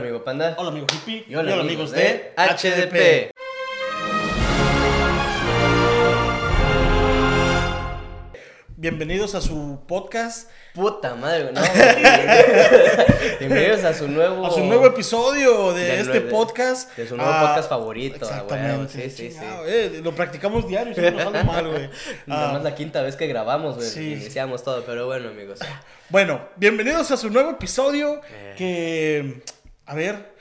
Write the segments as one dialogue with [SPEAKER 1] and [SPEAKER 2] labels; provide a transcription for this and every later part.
[SPEAKER 1] amigo Panda.
[SPEAKER 2] Hola amigos hippie. Y hola, amigos, de
[SPEAKER 1] HDP.
[SPEAKER 2] Bienvenidos a su podcast,
[SPEAKER 1] Puta madre, güey, no. güey. Bienvenidos a su nuevo.
[SPEAKER 2] a su nuevo
[SPEAKER 1] Oh.
[SPEAKER 2] episodio de,
[SPEAKER 1] Del
[SPEAKER 2] este
[SPEAKER 1] nue-
[SPEAKER 2] podcast.
[SPEAKER 1] de su nuevo
[SPEAKER 2] Ah,
[SPEAKER 1] podcast favorito, ah, güey, sí, sí,
[SPEAKER 2] Chingado, eh, lo practicamos diario, siempre nos sale mal, güey.
[SPEAKER 1] Nada
[SPEAKER 2] Ah,
[SPEAKER 1] más la quinta vez que grabamos, güey.
[SPEAKER 2] Sí.
[SPEAKER 1] Iniciamos todo, pero bueno, amigos.
[SPEAKER 2] Bueno, bienvenidos a su nuevo episodio
[SPEAKER 1] Eh.
[SPEAKER 2] que, a ver,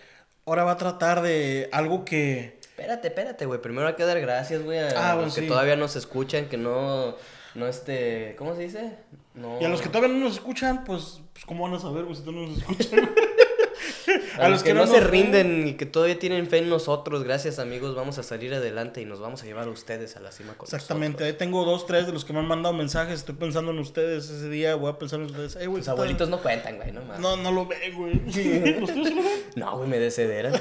[SPEAKER 2] ahora va a tratar de algo que...
[SPEAKER 1] Espérate, espérate, güey. Primero hay que dar gracias, güey. A
[SPEAKER 2] Ah, bueno,
[SPEAKER 1] los que
[SPEAKER 2] sí.
[SPEAKER 1] todavía nos escuchan, que no. No, este. ¿Cómo se dice? No.
[SPEAKER 2] Y a los que todavía no nos escuchan, pues, pues ¿cómo van a saber güey, si tú no nos escuchan?
[SPEAKER 1] A los que, no, se
[SPEAKER 2] nos ven.
[SPEAKER 1] rinden y que todavía tienen fe en nosotros, gracias amigos, vamos a salir adelante y nos vamos a llevar a ustedes a la cima con
[SPEAKER 2] Exactamente,
[SPEAKER 1] nosotros.
[SPEAKER 2] ahí tengo dos, tres de los que me han mandado mensajes, estoy pensando en ustedes ese día, voy a pensar en ustedes. Eh, güey,
[SPEAKER 1] Tus
[SPEAKER 2] está-
[SPEAKER 1] abuelitos no cuentan, güey, no mames.
[SPEAKER 2] No, no lo ve, güey. ¿Los tuyos sí lo ven?
[SPEAKER 1] No, güey, me desederan.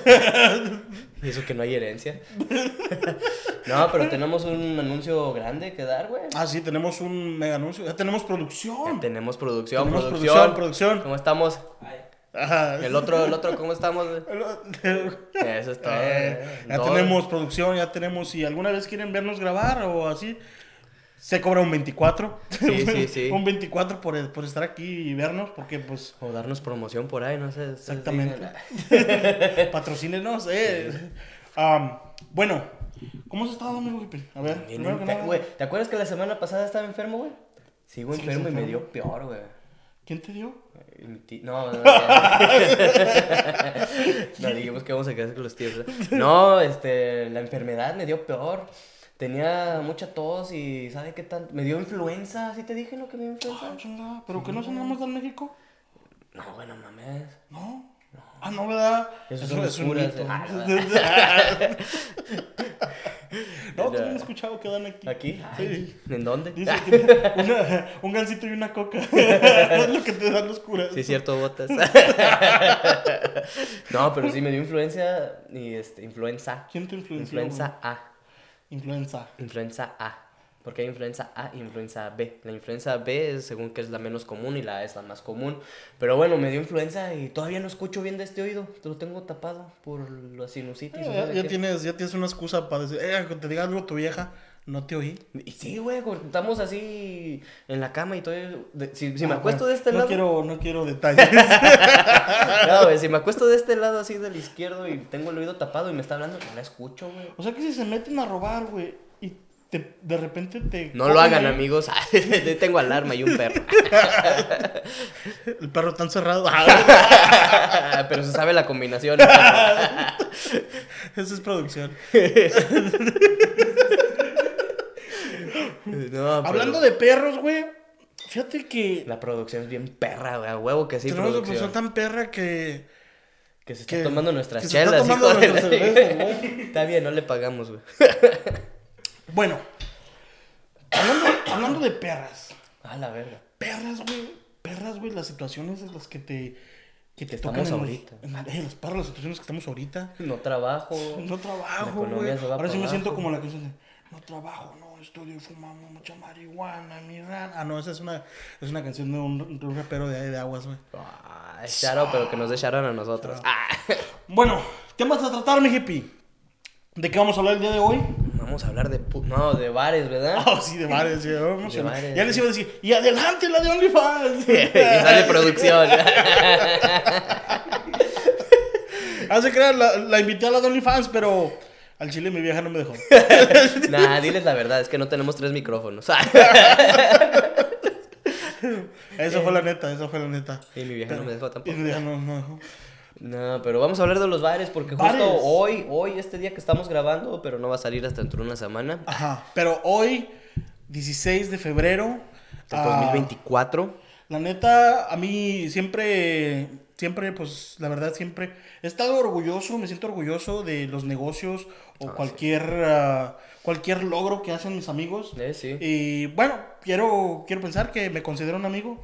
[SPEAKER 1] y eso que no hay herencia. no, pero tenemos un anuncio grande que dar, güey.
[SPEAKER 2] Ah, sí, tenemos un mega anuncio. Ya tenemos producción.
[SPEAKER 1] Ya tenemos producción,
[SPEAKER 2] Tenemos
[SPEAKER 1] producción.
[SPEAKER 2] producción, producción.
[SPEAKER 1] ¿Cómo estamos?
[SPEAKER 2] Ajá.
[SPEAKER 1] El otro, el otro, ¿cómo estamos? güey? Eso está.
[SPEAKER 2] Eh, ya
[SPEAKER 1] Dos.
[SPEAKER 2] tenemos producción, ya tenemos. Si alguna vez quieren vernos grabar o así, se cobra un 24.
[SPEAKER 1] Sí, sí, sí.
[SPEAKER 2] un 24 por, por estar aquí y vernos, porque pues
[SPEAKER 1] O darnos promoción por ahí, no sé. ustedes
[SPEAKER 2] Exactamente.
[SPEAKER 1] digan, ah,
[SPEAKER 2] patrocínenos. Eh. Am, bueno, ¿cómo has estado, amigo Pipe? A ver,
[SPEAKER 1] bien
[SPEAKER 2] primero que
[SPEAKER 1] enfer-
[SPEAKER 2] nada,
[SPEAKER 1] Güey, ¿te acuerdas que la semana pasada estaba enfermo, güey? Sigo
[SPEAKER 2] Sigues
[SPEAKER 1] enfermo y me
[SPEAKER 2] enfermo.
[SPEAKER 1] dio peor, güey.
[SPEAKER 2] ¿quién te dio?
[SPEAKER 1] Y mi ti- No, no, no, ya. no, dijimos que vamos a quedarse con los tíos. ¿verdad? No, este, la enfermedad me dio peor. Tenía mucha tos y ¿sabe qué tal? Me dio influenza, ¿sí te dije lo que me dio
[SPEAKER 2] Ah,
[SPEAKER 1] influenza?
[SPEAKER 2] chingada, ¿Pero que no sonamos en México?
[SPEAKER 1] No, bueno, mames.
[SPEAKER 2] No. Ah, no, ¿verdad?
[SPEAKER 1] Esos
[SPEAKER 2] Eso
[SPEAKER 1] son eh.
[SPEAKER 2] es un
[SPEAKER 1] locuras,
[SPEAKER 2] mito.
[SPEAKER 1] eh. Ah,
[SPEAKER 2] No, tú
[SPEAKER 1] Ya.
[SPEAKER 2] no has escuchado que dan aquí.
[SPEAKER 1] ¿Aquí?
[SPEAKER 2] Sí.
[SPEAKER 1] ¿En dónde?
[SPEAKER 2] Dice
[SPEAKER 1] Ah,
[SPEAKER 2] que una- un gansito y una coca. es lo que te dan los curas.
[SPEAKER 1] Sí, cierto, botas. no, pero sí me dio influenza y este, influenza.
[SPEAKER 2] ¿Quién te influenció?
[SPEAKER 1] Influenza A.
[SPEAKER 2] güey? Influenza.
[SPEAKER 1] Influenza A. Porque hay influenza A e influenza B. La influenza B es según que es la menos común y la A es la más común. Pero bueno, me dio influenza y todavía no escucho bien de este oído. Lo tengo tapado por la sinusitis. o sea,
[SPEAKER 2] Ya,
[SPEAKER 1] de
[SPEAKER 2] ya
[SPEAKER 1] que-
[SPEAKER 2] tienes, ya tienes una excusa para decir, eh, que te diga algo tu vieja, no te oí.
[SPEAKER 1] Y Sí, güey, güey, estamos así en la cama y todavía... de- si si me
[SPEAKER 2] Ah,
[SPEAKER 1] acuesto
[SPEAKER 2] bueno,
[SPEAKER 1] de este
[SPEAKER 2] no
[SPEAKER 1] lado...
[SPEAKER 2] Quiero, no quiero detalles.
[SPEAKER 1] No, güey, si me acuesto de este lado así del izquierdo y tengo el oído tapado y me está hablando, no la escucho, güey.
[SPEAKER 2] o sea que si se meten a robar, güey, y te, de repente te...
[SPEAKER 1] No
[SPEAKER 2] cogen
[SPEAKER 1] lo hagan,
[SPEAKER 2] ahí,
[SPEAKER 1] amigos. tengo alarma y un perro.
[SPEAKER 2] El perro tan cerrado. Ah,
[SPEAKER 1] Pero se sabe la combinación.
[SPEAKER 2] Esa es producción.
[SPEAKER 1] No,
[SPEAKER 2] Hablando de perros, güey, fíjate que
[SPEAKER 1] La producción es bien perra, güey. A huevo que sí,
[SPEAKER 2] tenemos una
[SPEAKER 1] producción.
[SPEAKER 2] persona tan perra que...
[SPEAKER 1] Que se está
[SPEAKER 2] que-
[SPEAKER 1] tomando nuestras
[SPEAKER 2] que se está
[SPEAKER 1] chelas,
[SPEAKER 2] tomando
[SPEAKER 1] hijo de la-
[SPEAKER 2] nuestras cervezas, güey.
[SPEAKER 1] Está bien, no le pagamos, güey.
[SPEAKER 2] Bueno, hablando, hablando de perras.
[SPEAKER 1] A la verga.
[SPEAKER 2] Perras, güey. Perras, güey, las situaciones en las que te... Que te
[SPEAKER 1] estamos
[SPEAKER 2] tocan en los-
[SPEAKER 1] ahorita.
[SPEAKER 2] en- eh, los perros, las situaciones que estamos ahorita.
[SPEAKER 1] No trabajo.
[SPEAKER 2] No
[SPEAKER 1] La
[SPEAKER 2] trabajo,
[SPEAKER 1] economía
[SPEAKER 2] güey.
[SPEAKER 1] se va
[SPEAKER 2] Ahora sí
[SPEAKER 1] para
[SPEAKER 2] me siento
[SPEAKER 1] abajo.
[SPEAKER 2] como la canción de No trabajo, no estudio, fumamos mucha marihuana, mi rana. Ah, no, esa es una, es una canción de un, de un rapero de, ahí de aguas, güey.
[SPEAKER 1] Ay, shout out, pero que nos dé shout out a nosotros. Ah.
[SPEAKER 2] Bueno, ¿qué vas a tratar, mi hippie? ¿De qué vamos a hablar el día de hoy?
[SPEAKER 1] Vamos a hablar de... pu- No, de bares, ¿verdad?
[SPEAKER 2] Ah, sí, de bares, sí, vamos
[SPEAKER 1] De
[SPEAKER 2] a-
[SPEAKER 1] bares,
[SPEAKER 2] Ya les iba a decir, y adelante la de OnlyFans.
[SPEAKER 1] y sale producción.
[SPEAKER 2] Hace creer, la, la invité a la de OnlyFans, pero al chile mi vieja no me dejó.
[SPEAKER 1] nah, diles la verdad, es que no tenemos tres micrófonos.
[SPEAKER 2] Esa fue la neta, esa fue la neta.
[SPEAKER 1] Eh. y mi vieja no me dejó tampoco.
[SPEAKER 2] Y mi vieja no, no dejó.
[SPEAKER 1] No, pero vamos a hablar de los bares porque
[SPEAKER 2] Bares.
[SPEAKER 1] justo hoy, hoy, este día que estamos grabando, pero no va a salir hasta dentro de una semana,
[SPEAKER 2] Ajá, pero hoy, 16 de febrero
[SPEAKER 1] del
[SPEAKER 2] ah,
[SPEAKER 1] 2024.
[SPEAKER 2] La neta, a mí siempre, siempre, pues, la verdad, siempre he estado orgulloso, me siento orgulloso de los negocios o cualquier, ah, cualquier logro que hacen mis amigos.
[SPEAKER 1] Eh, sí.
[SPEAKER 2] Y bueno, quiero, quiero pensar que me considero un amigo.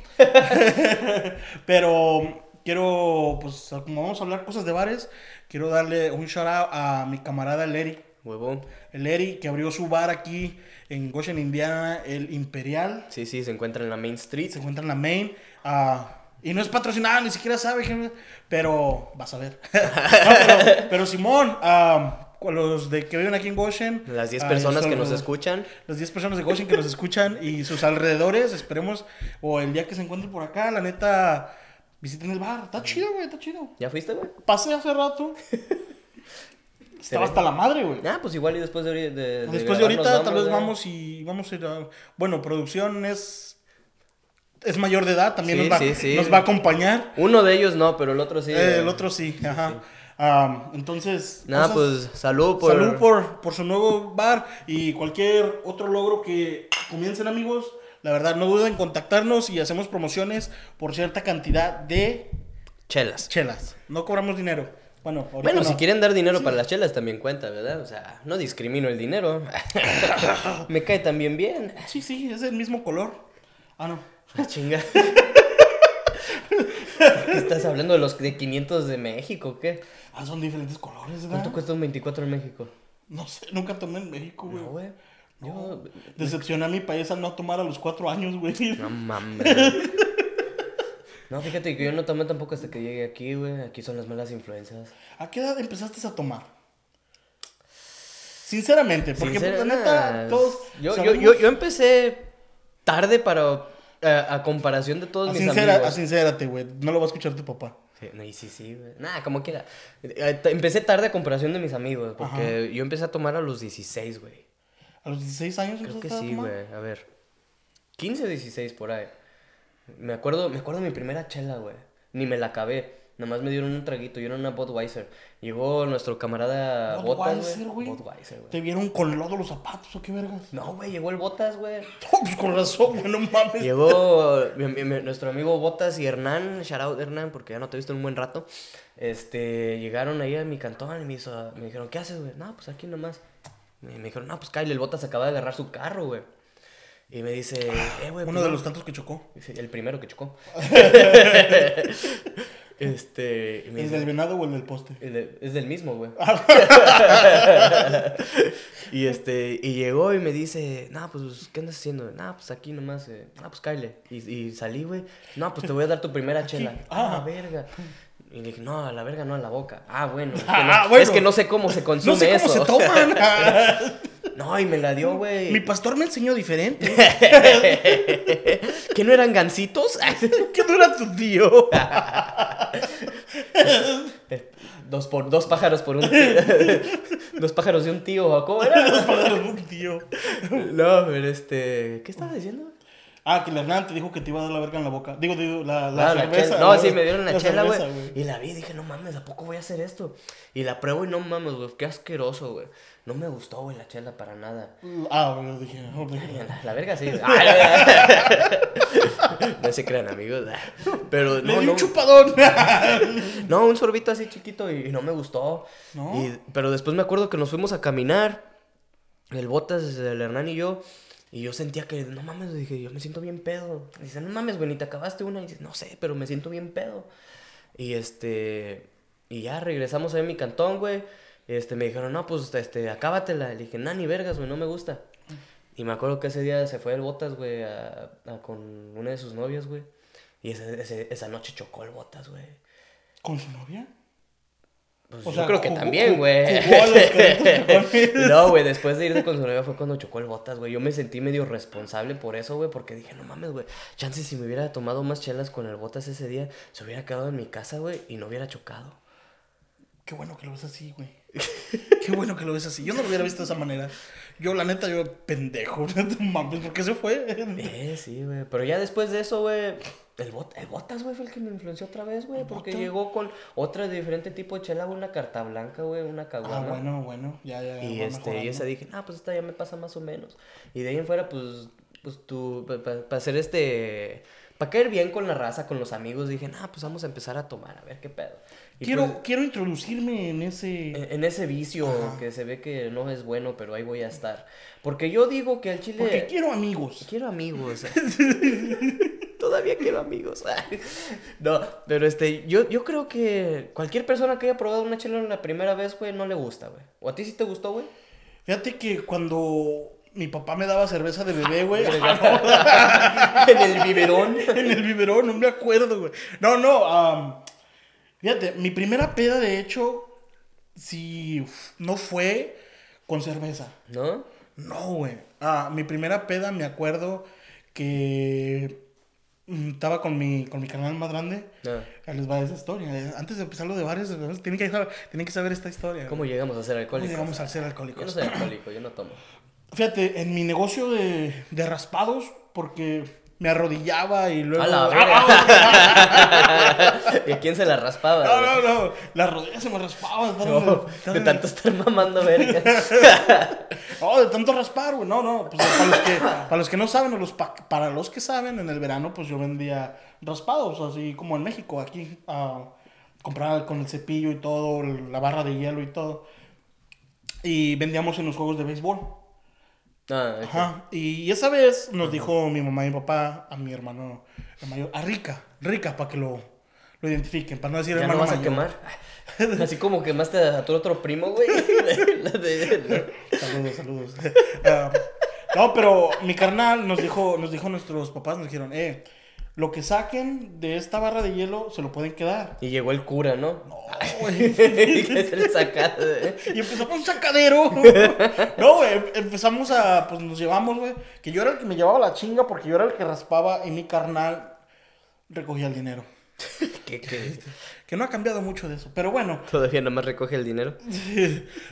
[SPEAKER 2] Pero quiero, pues, como vamos a hablar cosas de bares, quiero darle un shout out a mi camarada el Eric.
[SPEAKER 1] Huevo.
[SPEAKER 2] El Eri, que abrió su bar aquí en Goshen, Indiana, el Imperial.
[SPEAKER 1] Sí, sí, se encuentra en la Main Street.
[SPEAKER 2] Se encuentra en la Main. ah, Y no es patrocinada, ni siquiera sabe. que- Pero vas a ver. No, pero, pero Simón, ah, los de que viven aquí en Goshen.
[SPEAKER 1] Las 10
[SPEAKER 2] ah,
[SPEAKER 1] personas
[SPEAKER 2] son
[SPEAKER 1] que nos
[SPEAKER 2] los-
[SPEAKER 1] escuchan.
[SPEAKER 2] Las 10 personas de Goshen que nos escuchan y sus alrededores, esperemos. O el día que se encuentren por acá, la neta, visiten el bar. Está chido, güey, está chido.
[SPEAKER 1] ¿Ya fuiste, güey?
[SPEAKER 2] Pasé hace rato. Estaba
[SPEAKER 1] ve.
[SPEAKER 2] hasta la madre, güey.
[SPEAKER 1] Ah, pues igual y después de, ahorita- de- de grabar
[SPEAKER 2] Después de ahorita
[SPEAKER 1] nos
[SPEAKER 2] tal vez
[SPEAKER 1] ¿verdad?
[SPEAKER 2] vamos y vamos a ir a... Bueno, producción es... Es mayor de edad, también
[SPEAKER 1] Sí,
[SPEAKER 2] nos, va,
[SPEAKER 1] sí, sí.
[SPEAKER 2] nos va a acompañar.
[SPEAKER 1] Uno de ellos no, pero el otro sí.
[SPEAKER 2] Eh,
[SPEAKER 1] eh.
[SPEAKER 2] el otro sí, ajá. Am, entonces...
[SPEAKER 1] Nada,
[SPEAKER 2] cosas-
[SPEAKER 1] pues salud por.
[SPEAKER 2] Salud por, por su nuevo bar y cualquier otro logro que comiencen, amigos. La verdad, no duden en contactarnos y hacemos promociones por cierta cantidad de
[SPEAKER 1] chelas.
[SPEAKER 2] chelas. No cobramos dinero. Bueno, ahorita
[SPEAKER 1] Bueno,
[SPEAKER 2] no.
[SPEAKER 1] si quieren dar dinero para las chelas también cuenta, ¿verdad? O sea, no discrimino el dinero. Me cae también bien.
[SPEAKER 2] Sí, sí, es el mismo color. Ah, no.
[SPEAKER 1] La chinga. ¿Qué estás hablando de los de 500 de México? o ¿Qué?
[SPEAKER 2] Ah, son diferentes colores, ¿verdad?
[SPEAKER 1] ¿Cuánto cuesta un 24 en México?
[SPEAKER 2] No sé, nunca tomé en México, güey.
[SPEAKER 1] No, güey. Yo.
[SPEAKER 2] Decepcioné a mi país al no tomar a los cuatro años, güey.
[SPEAKER 1] No mames. No, fíjate que yo no tomé tampoco hasta que llegué aquí, güey. Aquí son las malas influencias.
[SPEAKER 2] ¿A qué edad empezaste a tomar? Sinceramente, porque pues,
[SPEAKER 1] Sincera-
[SPEAKER 2] la neta,
[SPEAKER 1] nah,
[SPEAKER 2] todos.
[SPEAKER 1] ah, Yo, yo,
[SPEAKER 2] sabemos-
[SPEAKER 1] yo, yo empecé tarde para. eh, A, a comparación de todos mis
[SPEAKER 2] Sincera-
[SPEAKER 1] amigos.
[SPEAKER 2] sincérate, güey. No lo va a escuchar tu papá.
[SPEAKER 1] Sí, no, y sí, sí, güey. Nada, como quiera. Eh, t- Empecé tarde a comparación de mis amigos, porque yo empecé a tomar a los 16, güey.
[SPEAKER 2] A los 16 años
[SPEAKER 1] Creo que
[SPEAKER 2] empezaste a
[SPEAKER 1] sí,
[SPEAKER 2] tomar?
[SPEAKER 1] güey. A ver. 15 o 16 por ahí. Me acuerdo, me acuerdo de mi primera chela, güey. Ni me la acabé. Nomás me dieron un traguito, yo era una Budweiser. Llegó nuestro camarada Botas,
[SPEAKER 2] Budweiser,
[SPEAKER 1] güey.
[SPEAKER 2] güey.
[SPEAKER 1] Budweiser, güey.
[SPEAKER 2] ¿Te vieron con lodo los zapatos o qué vergas?
[SPEAKER 1] No, güey, llegó el Botas, güey.
[SPEAKER 2] No, pues con razón, güey, no mames.
[SPEAKER 1] Llegó mi- mi- mi- nuestro amigo Botas y Hernán, shout out Hernán, porque ya no te he visto en un buen rato. Este, llegaron ahí a mi cantón y me, hizo- me dijeron, ¿qué haces, güey? No, pues aquí nomás. Me, me dijeron, no, pues Kyle, el Botas acaba de agarrar su carro, güey. Y me dice, eh, güey.
[SPEAKER 2] Uno
[SPEAKER 1] pues, no".
[SPEAKER 2] de los tantos que chocó.
[SPEAKER 1] Sí, El primero que chocó. este, y me
[SPEAKER 2] ¿El
[SPEAKER 1] dice,
[SPEAKER 2] del venado o el del poste?
[SPEAKER 1] el de- es del mismo, güey.
[SPEAKER 2] Ah.
[SPEAKER 1] y este, y llegó y me dice, nah, pues, ¿qué andas haciendo? Nah, pues aquí nomás, eh, ah, pues cállate. Y, y salí, güey. No, pues te voy a dar tu primera chela. Ah,
[SPEAKER 2] Ah.
[SPEAKER 1] verga. Y le dije, no, a la verga no, a la boca. Ah, bueno. Es que,
[SPEAKER 2] Ah,
[SPEAKER 1] no,
[SPEAKER 2] bueno.
[SPEAKER 1] es que no sé cómo se consume
[SPEAKER 2] No sé cómo
[SPEAKER 1] eso.
[SPEAKER 2] se toman.
[SPEAKER 1] no, y me la dio,
[SPEAKER 2] Mi
[SPEAKER 1] güey.
[SPEAKER 2] pastor me enseñó diferente.
[SPEAKER 1] ¿Que no eran gancitos?
[SPEAKER 2] ¿Qué dura tu tío?
[SPEAKER 1] Dos, por, dos pájaros por un dos pájaros de un tío, ¿o ¿cómo era?
[SPEAKER 2] Los pagaron un tío.
[SPEAKER 1] No, pero este. ¿Qué estaba diciendo?
[SPEAKER 2] Ah, que el Hernán te dijo que te iba a dar la verga en la boca. Digo, digo, la, la
[SPEAKER 1] Ah, la
[SPEAKER 2] cerveza.
[SPEAKER 1] chela. No,
[SPEAKER 2] la-
[SPEAKER 1] sí, me dieron la, chela, güey.
[SPEAKER 2] cerveza,
[SPEAKER 1] Y la vi y dije, no mames, ¿a poco voy a hacer esto? Y la pruebo y no mames, güey, qué asqueroso, güey. No me gustó, güey, la chela para nada.
[SPEAKER 2] Ah, bueno, dije. no, dije.
[SPEAKER 1] La, la verga sí. Ah, la- la- no se crean, amigos. Pero
[SPEAKER 2] Le
[SPEAKER 1] no,
[SPEAKER 2] di
[SPEAKER 1] no.
[SPEAKER 2] un chupadón.
[SPEAKER 1] No, un sorbito así chiquito y, y no me gustó.
[SPEAKER 2] ¿No?
[SPEAKER 1] Y- pero después me acuerdo que nos fuimos a caminar, el Botas, el Hernán y yo, y yo sentía que, no mames, dije, yo me siento bien pedo. Dice, no mames, güey, ni te acabaste una. Y dice, no sé, pero me siento bien pedo. Y este, y ya regresamos ahí a mi cantón, güey. Este, me dijeron, no, pues, este, acábatela. Le dije, nani, vergas, güey, no me gusta. Y me acuerdo que ese día se fue el Botas, güey, a- a con una de sus novias, güey. Y ese- ese- esa noche chocó el Botas, güey.
[SPEAKER 2] ¿Con su novia?
[SPEAKER 1] Pues
[SPEAKER 2] O
[SPEAKER 1] yo
[SPEAKER 2] sea,
[SPEAKER 1] creo que
[SPEAKER 2] jugó-
[SPEAKER 1] también,
[SPEAKER 2] ju-
[SPEAKER 1] güey.
[SPEAKER 2] jugó a los calientes dragones.
[SPEAKER 1] no, güey, después de irse con su novia fue cuando chocó el botas, güey. Yo me sentí medio responsable por eso, güey, porque dije, no mames, güey. Chance si me hubiera tomado más chelas con el botas ese día, se hubiera quedado en mi casa, güey, y no hubiera chocado.
[SPEAKER 2] Qué bueno que lo ves así, güey. Qué bueno que lo ves así. Yo no lo hubiera visto de esa manera. Yo, la neta, yo, pendejo. No mames, ¿por qué se fue?
[SPEAKER 1] Eh, sí, güey. Pero ya después de eso, güey. El, Bot- el Botas, güey, fue el que me influenció otra vez, güey. Porque
[SPEAKER 2] Botas?
[SPEAKER 1] llegó con otra de diferente tipo de chela, güey, una carta blanca, güey, una caguama.
[SPEAKER 2] Ah, bueno, bueno. Ya, ya.
[SPEAKER 1] Y
[SPEAKER 2] va
[SPEAKER 1] este, y
[SPEAKER 2] mejorando.
[SPEAKER 1] esa dije, ah, pues esta ya me pasa más o menos. Y de ahí en fuera, pues, pues tú, para hacer este, para caer bien con la raza, con los amigos, dije, ah, pues vamos a empezar a tomar, a ver qué pedo. Y
[SPEAKER 2] Quiero,
[SPEAKER 1] pues, Eh,
[SPEAKER 2] quiero introducirme en ese.
[SPEAKER 1] en en ese vicio que se ve que no es bueno, pero ahí voy a estar. Porque yo digo que al chile...
[SPEAKER 2] Porque quiero amigos.
[SPEAKER 1] Quiero amigos. ah. Todavía quiero amigos. ah. no, pero este, yo, yo creo que cualquier persona que haya probado una chela la primera vez, güey, no le gusta, güey. ¿O a ti sí te gustó, güey?
[SPEAKER 2] Fíjate que cuando mi papá me daba cerveza de bebé, güey. Ah,
[SPEAKER 1] en el biberón.
[SPEAKER 2] en el biberón, no me acuerdo, güey. No, no. am, fíjate, mi primera peda, de hecho, sí, uf, no fue con cerveza.
[SPEAKER 1] ¿No?
[SPEAKER 2] No, güey. Ah, mi primera peda, me acuerdo que mm, estaba con mi, con mi canal más grande.
[SPEAKER 1] No.
[SPEAKER 2] Ahí les va esa historia. Eh, Antes de empezar lo de bares, eh, tienen que saber, tienen que saber esta historia.
[SPEAKER 1] ¿Cómo llegamos a ser
[SPEAKER 2] ¿Cómo
[SPEAKER 1] alcohólicos?
[SPEAKER 2] llegamos al ser
[SPEAKER 1] Yo no
[SPEAKER 2] alcohólicos?
[SPEAKER 1] soy alcohólico, yo no tomo.
[SPEAKER 2] Fíjate, en mi negocio de, de raspados, porque me arrodillaba y luego... Ah,
[SPEAKER 1] A la ¿Y a quién se la raspaba?
[SPEAKER 2] No,
[SPEAKER 1] güey?
[SPEAKER 2] no, no. Las rodillas se me raspaban.
[SPEAKER 1] No, de tanto estar mamando verga.
[SPEAKER 2] Oh, de tanto raspar, güey. No, no. Pues, para, los que, para los que no saben, o los pa- para los que saben, en el verano, pues yo vendía raspados, así como en México, aquí. ah, compraba con el cepillo y todo, la barra de hielo y todo. Y vendíamos en los juegos de béisbol.
[SPEAKER 1] Ah, ok.
[SPEAKER 2] Ajá. Y esa vez nos dijo mi mamá y mi papá a mi hermano el mayor, a Rica, Rica, para que lo, lo identifiquen, para no decir
[SPEAKER 1] ya no
[SPEAKER 2] hermano
[SPEAKER 1] vas a
[SPEAKER 2] mayor.
[SPEAKER 1] quemar. Así como quemaste a tu otro primo, güey. La de-
[SPEAKER 2] Saludos, saludos. Ah, no, pero mi carnal nos dijo, nos dijo nuestros papás, nos dijeron, eh, lo que saquen de esta barra de hielo se lo pueden quedar.
[SPEAKER 1] Y llegó el cura, ¿no?
[SPEAKER 2] güey.
[SPEAKER 1] que se le sacaba. de-
[SPEAKER 2] Y empezamos un sacadero. No, güey, em- empezamos a, pues nos llevamos, güey. Que yo era el que me llevaba la chinga porque yo era el que raspaba y mi carnal recogía el dinero.
[SPEAKER 1] ¿Qué, qué?
[SPEAKER 2] Que no ha cambiado mucho de eso, pero bueno.
[SPEAKER 1] Todavía nomás recoge el dinero.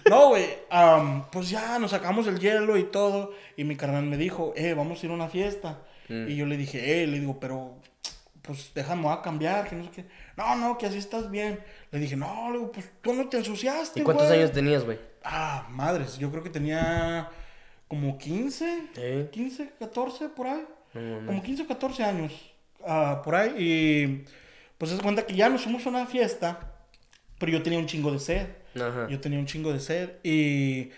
[SPEAKER 2] No, güey, am, pues ya nos sacamos el hielo y todo. Y mi carnal me dijo, eh, vamos a ir a una fiesta.
[SPEAKER 1] Mm.
[SPEAKER 2] Y yo le dije, eh, le digo, pero, pues déjame a cambiar, que no sé qué. No, no, que así estás bien. Le dije, no, le digo, pues tú no te ensuciaste,
[SPEAKER 1] ¿Y cuántos
[SPEAKER 2] güey".
[SPEAKER 1] años tenías, güey?
[SPEAKER 2] Ah, madres, yo creo que tenía como 15,
[SPEAKER 1] Sí.
[SPEAKER 2] 15, 14, por ahí.
[SPEAKER 1] No mames.
[SPEAKER 2] como 15 o 14 años, ah, por ahí. Y pues se cuenta que ya nos fuimos a una fiesta, pero yo tenía un chingo de sed.
[SPEAKER 1] Ajá.
[SPEAKER 2] Yo tenía un chingo de sed y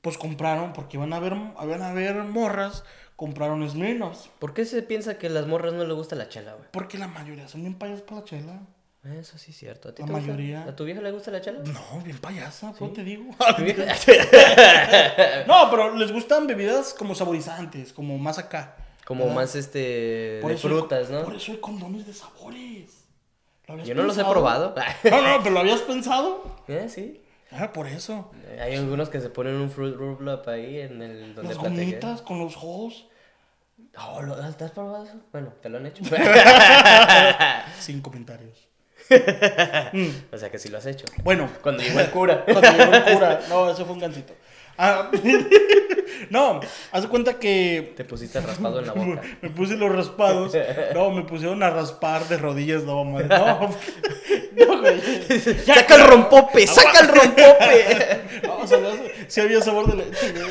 [SPEAKER 2] pues compraron, porque iban a ver, iban a ver morras, compraron Smirnoffs.
[SPEAKER 1] ¿Por qué se piensa que a las morras no les gusta la chela, güey?
[SPEAKER 2] Porque la mayoría son bien payas para la chela.
[SPEAKER 1] Eso sí es cierto. ¿A ti
[SPEAKER 2] La
[SPEAKER 1] te gusta?
[SPEAKER 2] mayoría.
[SPEAKER 1] ¿A tu vieja le gusta la chela?
[SPEAKER 2] No, bien payasa, ¿cómo te digo?
[SPEAKER 1] ¿Tu vieja?
[SPEAKER 2] no, pero les gustan bebidas como saborizantes, como más acá.
[SPEAKER 1] Como más este.
[SPEAKER 2] Por
[SPEAKER 1] de
[SPEAKER 2] eso hay-
[SPEAKER 1] frutas, ¿no?
[SPEAKER 2] Por eso hay condones de sabores. ¿Lo habías
[SPEAKER 1] Yo no los he
[SPEAKER 2] pensado?
[SPEAKER 1] probado.
[SPEAKER 2] No, no, pero lo habías pensado.
[SPEAKER 1] ¿Eh? Sí. Eh,
[SPEAKER 2] Ah, por eso.
[SPEAKER 1] Hay algunos que se ponen un Fruit Roll Up ahí en el donde
[SPEAKER 2] Las
[SPEAKER 1] platiqué.
[SPEAKER 2] gomitas con los ojos.
[SPEAKER 1] Oh, ¿lo, ¿Has has probado eso? Bueno, te lo han hecho.
[SPEAKER 2] Sin comentarios.
[SPEAKER 1] o sea que sí lo has hecho.
[SPEAKER 2] Bueno,
[SPEAKER 1] Cuando llegó el cura.
[SPEAKER 2] cuando llegó el cura. No, eso fue un gancito. Ah, no, haz de cuenta que
[SPEAKER 1] Te pusiste raspado en la boca.
[SPEAKER 2] me puse los raspados. No, me pusieron a raspar de rodillas, no, madre. No, no güey.
[SPEAKER 1] ¡Saca el rompope! ¡Saca el rompope!
[SPEAKER 2] No, o sea, no, sí había sabor de leche, güey.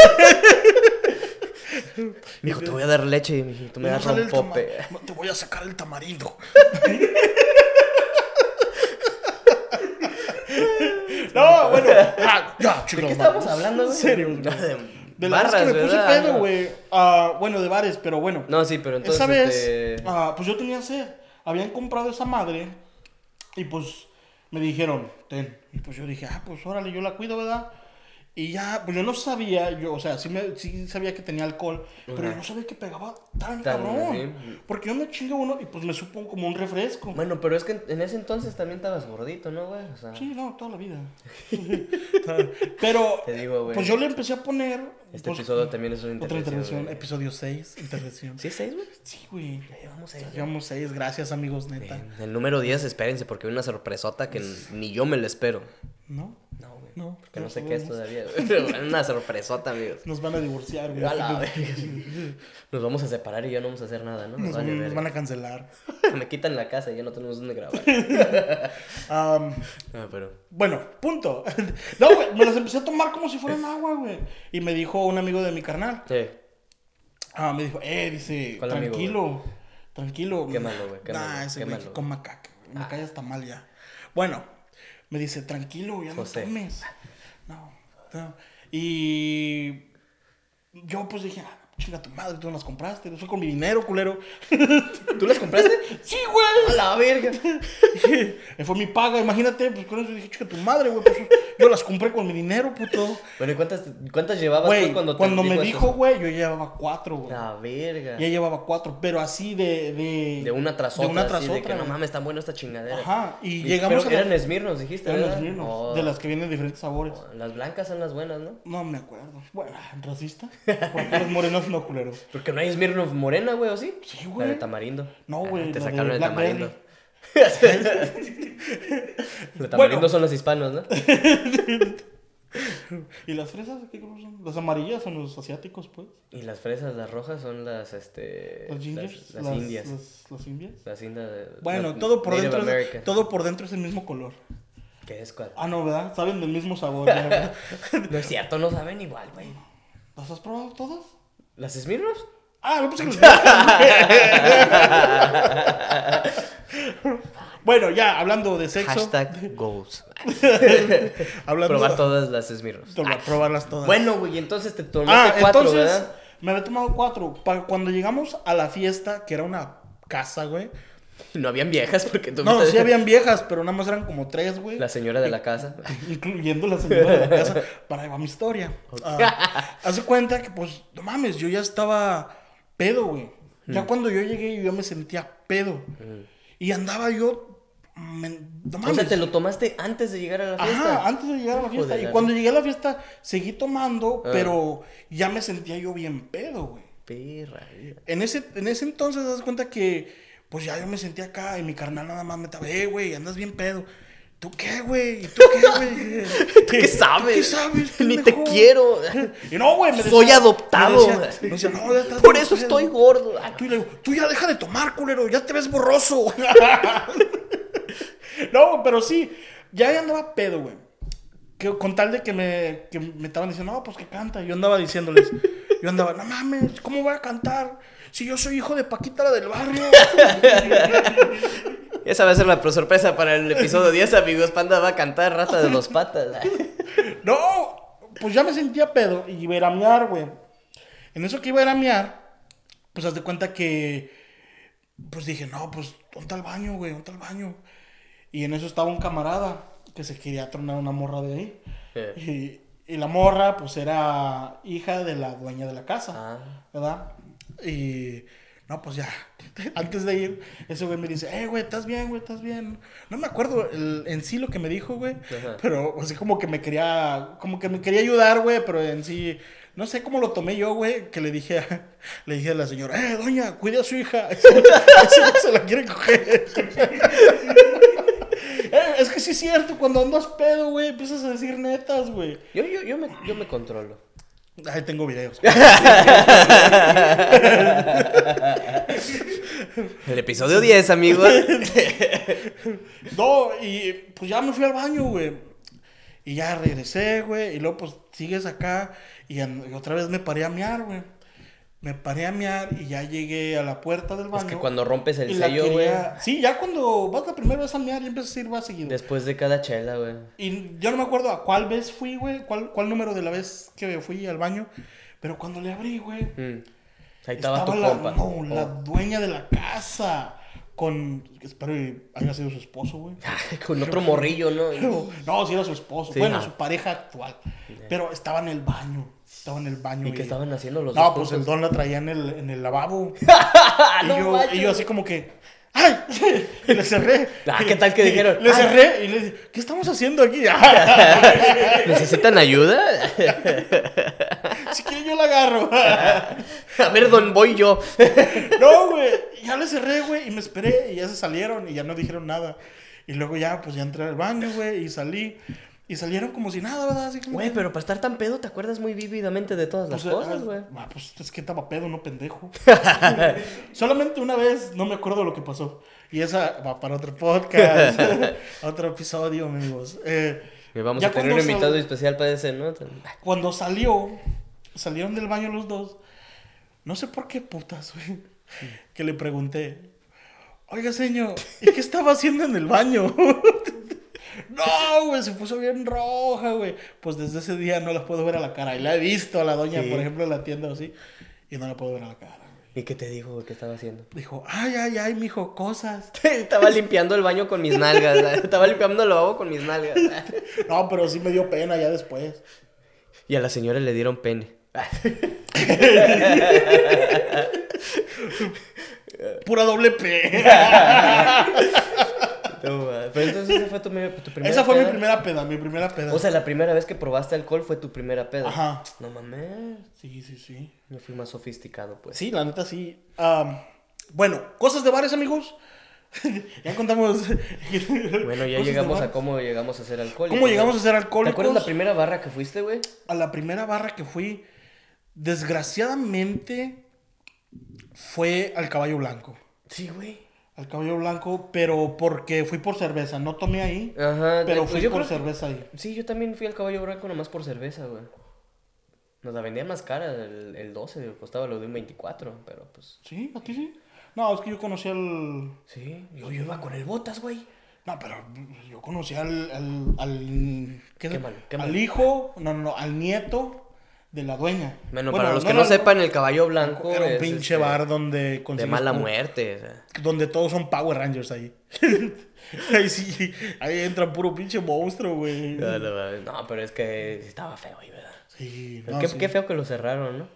[SPEAKER 1] Me dijo, te voy a dar leche y me dijo, tú me
[SPEAKER 2] No
[SPEAKER 1] das
[SPEAKER 2] sale el
[SPEAKER 1] rompope.
[SPEAKER 2] tama- no, Te voy a sacar el tamarindo. no, bueno. ah, ya,
[SPEAKER 1] ¿De
[SPEAKER 2] chico,
[SPEAKER 1] qué
[SPEAKER 2] madre.
[SPEAKER 1] estábamos hablando, güey?
[SPEAKER 2] Serio,
[SPEAKER 1] No,
[SPEAKER 2] güey.
[SPEAKER 1] de,
[SPEAKER 2] De la vez
[SPEAKER 1] barras,
[SPEAKER 2] que me puse
[SPEAKER 1] ¿verdad?
[SPEAKER 2] pedo,
[SPEAKER 1] No.
[SPEAKER 2] güey. Ah, bueno, de bares, pero bueno.
[SPEAKER 1] No, sí, pero entonces.
[SPEAKER 2] esa vez,
[SPEAKER 1] este,
[SPEAKER 2] ah, pues yo tenía sed. Habían comprado esa madre y pues me dijeron, ten. Y pues yo dije, ah, pues órale, yo la cuido, ¿verdad? Y ya, pues yo no sabía, yo, o sea, sí, me, sí sabía que tenía alcohol, pero yo no sabía que pegaba tan,
[SPEAKER 1] Tan,
[SPEAKER 2] cabrón.
[SPEAKER 1] sí.
[SPEAKER 2] Porque yo me chingo uno y pues me supo como un refresco.
[SPEAKER 1] Bueno, pero es que en- en ese entonces también estabas gordito, ¿no, güey? O sea,
[SPEAKER 2] Sí, no, toda la vida. pero,
[SPEAKER 1] Te digo, güey.
[SPEAKER 2] pues yo le empecé a poner.
[SPEAKER 1] este
[SPEAKER 2] pues,
[SPEAKER 1] episodio también es una
[SPEAKER 2] Otra
[SPEAKER 1] intervención.
[SPEAKER 2] intervención,
[SPEAKER 1] güey.
[SPEAKER 2] episodio 6, intervención.
[SPEAKER 1] ¿Sí es seis, güey?
[SPEAKER 2] Sí, güey.
[SPEAKER 1] Ya llevamos seis,
[SPEAKER 2] Ya
[SPEAKER 1] güey.
[SPEAKER 2] Llevamos 6, gracias amigos, neta.
[SPEAKER 1] Bien, El número 10, espérense, porque hay una sorpresota que ni yo me la espero.
[SPEAKER 2] ¿No?
[SPEAKER 1] No, güey.
[SPEAKER 2] No.
[SPEAKER 1] Porque no
[SPEAKER 2] ya
[SPEAKER 1] sé qué
[SPEAKER 2] sabemos.
[SPEAKER 1] es todavía, güey. Pero una sorpresota, amigos.
[SPEAKER 2] Nos van a divorciar, güey.
[SPEAKER 1] A la verga. Nos vamos a separar y ya no vamos a hacer nada, ¿no?
[SPEAKER 2] Nos,
[SPEAKER 1] Vale,
[SPEAKER 2] van, nos
[SPEAKER 1] verga.
[SPEAKER 2] van a cancelar.
[SPEAKER 1] Me quitan la casa y ya no tenemos dónde grabar.
[SPEAKER 2] Am,
[SPEAKER 1] Ah, pero.
[SPEAKER 2] bueno, punto. No, güey, me las empecé a tomar como si fueran agua, güey. Y me dijo un amigo de mi carnal.
[SPEAKER 1] Eh,
[SPEAKER 2] Ah, me dijo, eh, dice,
[SPEAKER 1] ¿Cuál amigo,
[SPEAKER 2] tranquilo, tranquilo.
[SPEAKER 1] Quémalo, güey, quémalo,
[SPEAKER 2] Nah, ese güey que
[SPEAKER 1] quémalo.
[SPEAKER 2] coma caca. güey,
[SPEAKER 1] Ah.
[SPEAKER 2] Me cae hasta mal ya. Bueno, me dice, tranquilo, ya
[SPEAKER 1] José.
[SPEAKER 2] no tomes. No, no. Y yo pues dije, ah, Chinga tu madre, tú no las compraste. Yo soy con mi dinero, culero.
[SPEAKER 1] ¿Tú las compraste?
[SPEAKER 2] sí, güey. "Eh,
[SPEAKER 1] A la verga.
[SPEAKER 2] Fue mi paga, imagínate. Pues con eso dije, chinga tu madre, güey. pues, yo las compré con mi dinero, puto.
[SPEAKER 1] Bueno, ¿y cuántas, cuántas llevabas
[SPEAKER 2] Güey,
[SPEAKER 1] pues, cuando
[SPEAKER 2] cuando,
[SPEAKER 1] te
[SPEAKER 2] me
[SPEAKER 1] eso?
[SPEAKER 2] dijo, güey, yo ya llevaba cuatro, güey.
[SPEAKER 1] La verga.
[SPEAKER 2] Ya llevaba cuatro, pero así de. De,
[SPEAKER 1] De una tras
[SPEAKER 2] de
[SPEAKER 1] otra.
[SPEAKER 2] una tras
[SPEAKER 1] así de que
[SPEAKER 2] otra,
[SPEAKER 1] no
[SPEAKER 2] güey.
[SPEAKER 1] mames, tan buena esta chingadera.
[SPEAKER 2] Ajá, y llegamos
[SPEAKER 1] pero
[SPEAKER 2] a.
[SPEAKER 1] Eran Smirnos, dijiste.
[SPEAKER 2] eran
[SPEAKER 1] ¿verdad?
[SPEAKER 2] los mismos,
[SPEAKER 1] Oh,
[SPEAKER 2] de las que vienen de diferentes sabores.
[SPEAKER 1] oh, Las blancas son las buenas, ¿no?
[SPEAKER 2] No me acuerdo. Bueno, racista. Porque los morenos no culeros.
[SPEAKER 1] Porque no hay Smirnoff morena, güey, ¿o sí?
[SPEAKER 2] Sí, güey.
[SPEAKER 1] La de tamarindo. Ah,
[SPEAKER 2] No, güey,
[SPEAKER 1] te
[SPEAKER 2] la de
[SPEAKER 1] sacaron el
[SPEAKER 2] Blackberry.
[SPEAKER 1] tamarindo. Los tamarindo
[SPEAKER 2] Bueno.
[SPEAKER 1] son los hispanos, ¿no?
[SPEAKER 2] ¿Y las fresas qué color son? Las amarillas son los asiáticos, pues.
[SPEAKER 1] Y las fresas, las rojas son las, este...
[SPEAKER 2] Las gingers.
[SPEAKER 1] Las, las indias.
[SPEAKER 2] Las, las indias.
[SPEAKER 1] Las indias. de-
[SPEAKER 2] Bueno,
[SPEAKER 1] las
[SPEAKER 2] todo por
[SPEAKER 1] Native
[SPEAKER 2] dentro
[SPEAKER 1] American.
[SPEAKER 2] es, todo por dentro es el mismo color.
[SPEAKER 1] ¿Qué es cuál?
[SPEAKER 2] Ah, no, ¿verdad? Saben del mismo sabor. la verdad.
[SPEAKER 1] No es cierto, no saben igual, güey.
[SPEAKER 2] ¿Las has probado todas?
[SPEAKER 1] ¿Las Smirnoffs?
[SPEAKER 2] Ah, no pensé que las- Bueno, ya hablando de sexo,
[SPEAKER 1] Hashtag goals.
[SPEAKER 2] hablando
[SPEAKER 1] Probar todas las Smirnoffs.
[SPEAKER 2] Toca probarlas todas.
[SPEAKER 1] Bueno, güey, entonces te tomaste
[SPEAKER 2] ah,
[SPEAKER 1] cuatro,
[SPEAKER 2] entonces
[SPEAKER 1] ¿verdad?
[SPEAKER 2] me había tomado cuatro. Pa- cuando llegamos a la fiesta, que era una casa, güey.
[SPEAKER 1] No habían viejas porque tú
[SPEAKER 2] No, sí habían viejas, pero nada más eran como tres, güey.
[SPEAKER 1] La señora de la casa.
[SPEAKER 2] Incluyendo la señora de la casa. Para ahí va mi historia. Ah, hace cuenta que, pues, no mames, yo ya estaba pedo, güey.
[SPEAKER 1] Mm.
[SPEAKER 2] Ya cuando yo llegué, yo ya me sentía pedo. Y andaba yo. me- no
[SPEAKER 1] O
[SPEAKER 2] mames.
[SPEAKER 1] sea, te lo tomaste antes de llegar a la fiesta.
[SPEAKER 2] Ajá, antes de llegar a la fiesta.
[SPEAKER 1] Joder,
[SPEAKER 2] y
[SPEAKER 1] la- Ah.
[SPEAKER 2] cuando llegué a la fiesta, seguí tomando, pero ya me sentía yo bien pedo, güey.
[SPEAKER 1] Perra. vida.
[SPEAKER 2] En ese, en ese entonces, das cuenta que, pues ya yo me sentía acá y mi carnal nada más me estaba, eh, güey, andas bien pedo. ¿Tú qué, güey? ¿Y tú qué, güey?
[SPEAKER 1] ¿Tú qué sabes?
[SPEAKER 2] ¿Tú qué sabes?
[SPEAKER 1] Ni te
[SPEAKER 2] pendejo?
[SPEAKER 1] quiero.
[SPEAKER 2] Y no, güey, me
[SPEAKER 1] Soy
[SPEAKER 2] decía-
[SPEAKER 1] adoptado.
[SPEAKER 2] me decía- me decía, "No, ya estás
[SPEAKER 1] Por
[SPEAKER 2] bien
[SPEAKER 1] eso
[SPEAKER 2] pedo".
[SPEAKER 1] estoy gordo. Ah,
[SPEAKER 2] Tú y le digo, tú ya deja de tomar, culero, ya te ves borroso. no, pero sí, ya andaba pedo, güey. Que, con tal de que me, que me estaban diciendo, no, pues que canta. Yo andaba diciéndoles, yo andaba, no mames, ¿cómo voy a cantar? Si yo soy hijo de Paquita la del barrio.
[SPEAKER 1] Esa va a ser la pro- sorpresa para el episodio 10, amigos. Panda va a cantar Rata de dos patas.
[SPEAKER 2] no, pues ya me sentía pedo y iba a ir a mear, güey. En eso que iba a ir a mear, pues haz de cuenta que, pues dije, no, pues, ¿dónde al baño, güey? ¿Dónde al baño? Y en eso estaba un camarada que se quería tronar una morra de ahí.
[SPEAKER 1] Eh.
[SPEAKER 2] Y, y la morra, pues era hija de la dueña de la casa,
[SPEAKER 1] Ah.
[SPEAKER 2] ¿verdad? Y no, pues ya, antes de ir, ese güey me dice, eh, güey, estás bien, güey, estás bien. No me acuerdo el- en sí lo que me dijo, güey,
[SPEAKER 1] Ajá.
[SPEAKER 2] pero así como que me quería, como que me quería ayudar, güey, pero en sí, no sé cómo lo tomé yo, güey, que le dije a, le dije a la señora, eh, doña, cuide a su hija, se la quiere coger. Eh, Es que sí es cierto, cuando andas pedo, güey, empiezas a decir netas, güey.
[SPEAKER 1] Yo, yo, yo, me, yo me controlo.
[SPEAKER 2] Ahí tengo videos.
[SPEAKER 1] El episodio 10, amigos.
[SPEAKER 2] No, y pues ya me fui al baño, güey. Y ya regresé, güey. Y luego pues sigues acá. Y, an- y otra vez me paré a mear, güey. Me paré a mear y ya llegué a la puerta del baño.
[SPEAKER 1] Es que cuando rompes el
[SPEAKER 2] y la
[SPEAKER 1] sello, güey.
[SPEAKER 2] quería- Sí, ya cuando vas la primera vez a mear, ya empiezas a ir más seguido.
[SPEAKER 1] Después de cada chela, güey.
[SPEAKER 2] Y yo no me acuerdo a cuál vez fui, güey. Cuál, cuál número de la vez que fui al baño. Pero cuando le abrí, güey.
[SPEAKER 1] Mm. Ahí estaba, tu
[SPEAKER 2] la,
[SPEAKER 1] compa.
[SPEAKER 2] no, la
[SPEAKER 1] Oh.
[SPEAKER 2] dueña de la casa. Con. Espero que haya sido su esposo, güey.
[SPEAKER 1] Con otro morrillo, ¿no?
[SPEAKER 2] Pero- no, si era su esposo.
[SPEAKER 1] Sí,
[SPEAKER 2] bueno,
[SPEAKER 1] ah.
[SPEAKER 2] su pareja actual. Pero estaba en el baño. Estaba en el baño.
[SPEAKER 1] ¿Y qué estaban haciendo los
[SPEAKER 2] No,
[SPEAKER 1] dos?
[SPEAKER 2] pues el
[SPEAKER 1] juntos?
[SPEAKER 2] don la traía en el, en el lavabo.
[SPEAKER 1] ¡Ah,
[SPEAKER 2] y,
[SPEAKER 1] no
[SPEAKER 2] yo,
[SPEAKER 1] manches!
[SPEAKER 2] y yo así como que. ¡Ay! Y le cerré.
[SPEAKER 1] Ah, ¿qué tal que dijeron?
[SPEAKER 2] Le
[SPEAKER 1] ¡Ay!
[SPEAKER 2] cerré y le dije, ¿qué estamos haciendo aquí? Ah,
[SPEAKER 1] ¿Necesitan ayuda?
[SPEAKER 2] si quiere yo la agarro.
[SPEAKER 1] A ver, don, voy yo.
[SPEAKER 2] No, güey. Ya le cerré, güey. Y me esperé. Y ya se salieron. Y ya no dijeron nada. Y luego ya, pues ya entré al baño, güey. Y salí. Y salieron como si nada, ¿verdad? Así como.
[SPEAKER 1] Güey, pero para estar tan pedo te acuerdas muy vívidamente de todas las
[SPEAKER 2] Pues,
[SPEAKER 1] cosas,
[SPEAKER 2] ah,
[SPEAKER 1] güey.
[SPEAKER 2] ah, pues es que estaba pedo, no pendejo. Solamente una vez no me acuerdo lo que pasó. Y esa va para otro podcast, otro episodio, amigos. Eh,
[SPEAKER 1] Que Vamos
[SPEAKER 2] ya
[SPEAKER 1] a tener un
[SPEAKER 2] cuando sal-
[SPEAKER 1] invitado especial para ese, ¿no?
[SPEAKER 2] Cuando salió, salieron del baño los dos. No sé por qué putas, güey. Que le pregunté, oiga, señor, ¿y qué estaba haciendo en el baño? No, güey, se puso bien roja, güey. Pues desde ese día no la puedo ver a la cara. Y la he visto a la doña,
[SPEAKER 1] Sí.
[SPEAKER 2] por ejemplo, en la tienda o así. Y no la puedo ver a la cara. güey.
[SPEAKER 1] ¿Y qué te dijo, güey? ¿Qué estaba haciendo?
[SPEAKER 2] Dijo, ay, ay, ay, mijo, cosas.
[SPEAKER 1] estaba limpiando el baño con mis nalgas. estaba limpiando el lavabo con mis nalgas.
[SPEAKER 2] No, pero sí me dio pena ya después.
[SPEAKER 1] y a la señora le dieron pene.
[SPEAKER 2] Pura doble P.
[SPEAKER 1] No, ma- Pero entonces esa fue tu, me- tu primera
[SPEAKER 2] Esa fue mi
[SPEAKER 1] peda.
[SPEAKER 2] primera peda, mi primera peda.
[SPEAKER 1] O sea, la primera vez que probaste alcohol fue tu primera peda.
[SPEAKER 2] Ajá.
[SPEAKER 1] No mames.
[SPEAKER 2] Sí, sí, sí.
[SPEAKER 1] Yo fui más sofisticado, pues.
[SPEAKER 2] Sí, la neta sí. Am, bueno, cosas de bares, amigos. ya contamos.
[SPEAKER 1] Bueno, ya llegamos a cómo llegamos a ser alcohólicos.
[SPEAKER 2] ¿Cómo llegamos a ser
[SPEAKER 1] ¿Te
[SPEAKER 2] alcohólicos?
[SPEAKER 1] acuerdas la primera barra que fuiste, güey?
[SPEAKER 2] a la primera barra que fui, desgraciadamente, fue al Caballo Blanco.
[SPEAKER 1] Sí, güey.
[SPEAKER 2] Al Caballo Blanco, pero porque fui por cerveza. No tomé ahí,
[SPEAKER 1] Ajá.
[SPEAKER 2] pero
[SPEAKER 1] pues
[SPEAKER 2] fui
[SPEAKER 1] yo
[SPEAKER 2] por
[SPEAKER 1] creo-
[SPEAKER 2] cerveza ahí.
[SPEAKER 1] Sí, yo también fui al Caballo Blanco nomás por cerveza, güey. Nos la vendía más cara el, el 12, güey, costaba lo de un 24, pero pues...
[SPEAKER 2] ¿Sí? ¿Aquí sí? No, es que yo conocí al...
[SPEAKER 1] Sí, yo, yo iba con el botas, güey.
[SPEAKER 2] No, pero yo conocí al... al, al- ¿qué-
[SPEAKER 1] Qué malo, qué
[SPEAKER 2] al
[SPEAKER 1] malo.
[SPEAKER 2] hijo, no, no, no, al nieto de la dueña.
[SPEAKER 1] Bueno, para los que no,
[SPEAKER 2] era-
[SPEAKER 1] sepan, el Caballo Blanco
[SPEAKER 2] Era un
[SPEAKER 1] es,
[SPEAKER 2] pinche
[SPEAKER 1] este,
[SPEAKER 2] bar donde...
[SPEAKER 1] de
[SPEAKER 2] consigues
[SPEAKER 1] mala
[SPEAKER 2] pu-
[SPEAKER 1] muerte. o sea.
[SPEAKER 2] Donde todos son Power Rangers ahí. ahí sí, ahí entra puro pinche monstruo, güey.
[SPEAKER 1] No, no, mames. No, pero es que estaba feo, güey, ¿verdad?
[SPEAKER 2] Sí,
[SPEAKER 1] Pero
[SPEAKER 2] no,
[SPEAKER 1] qué,
[SPEAKER 2] sí.
[SPEAKER 1] qué feo que lo cerraron, ¿no?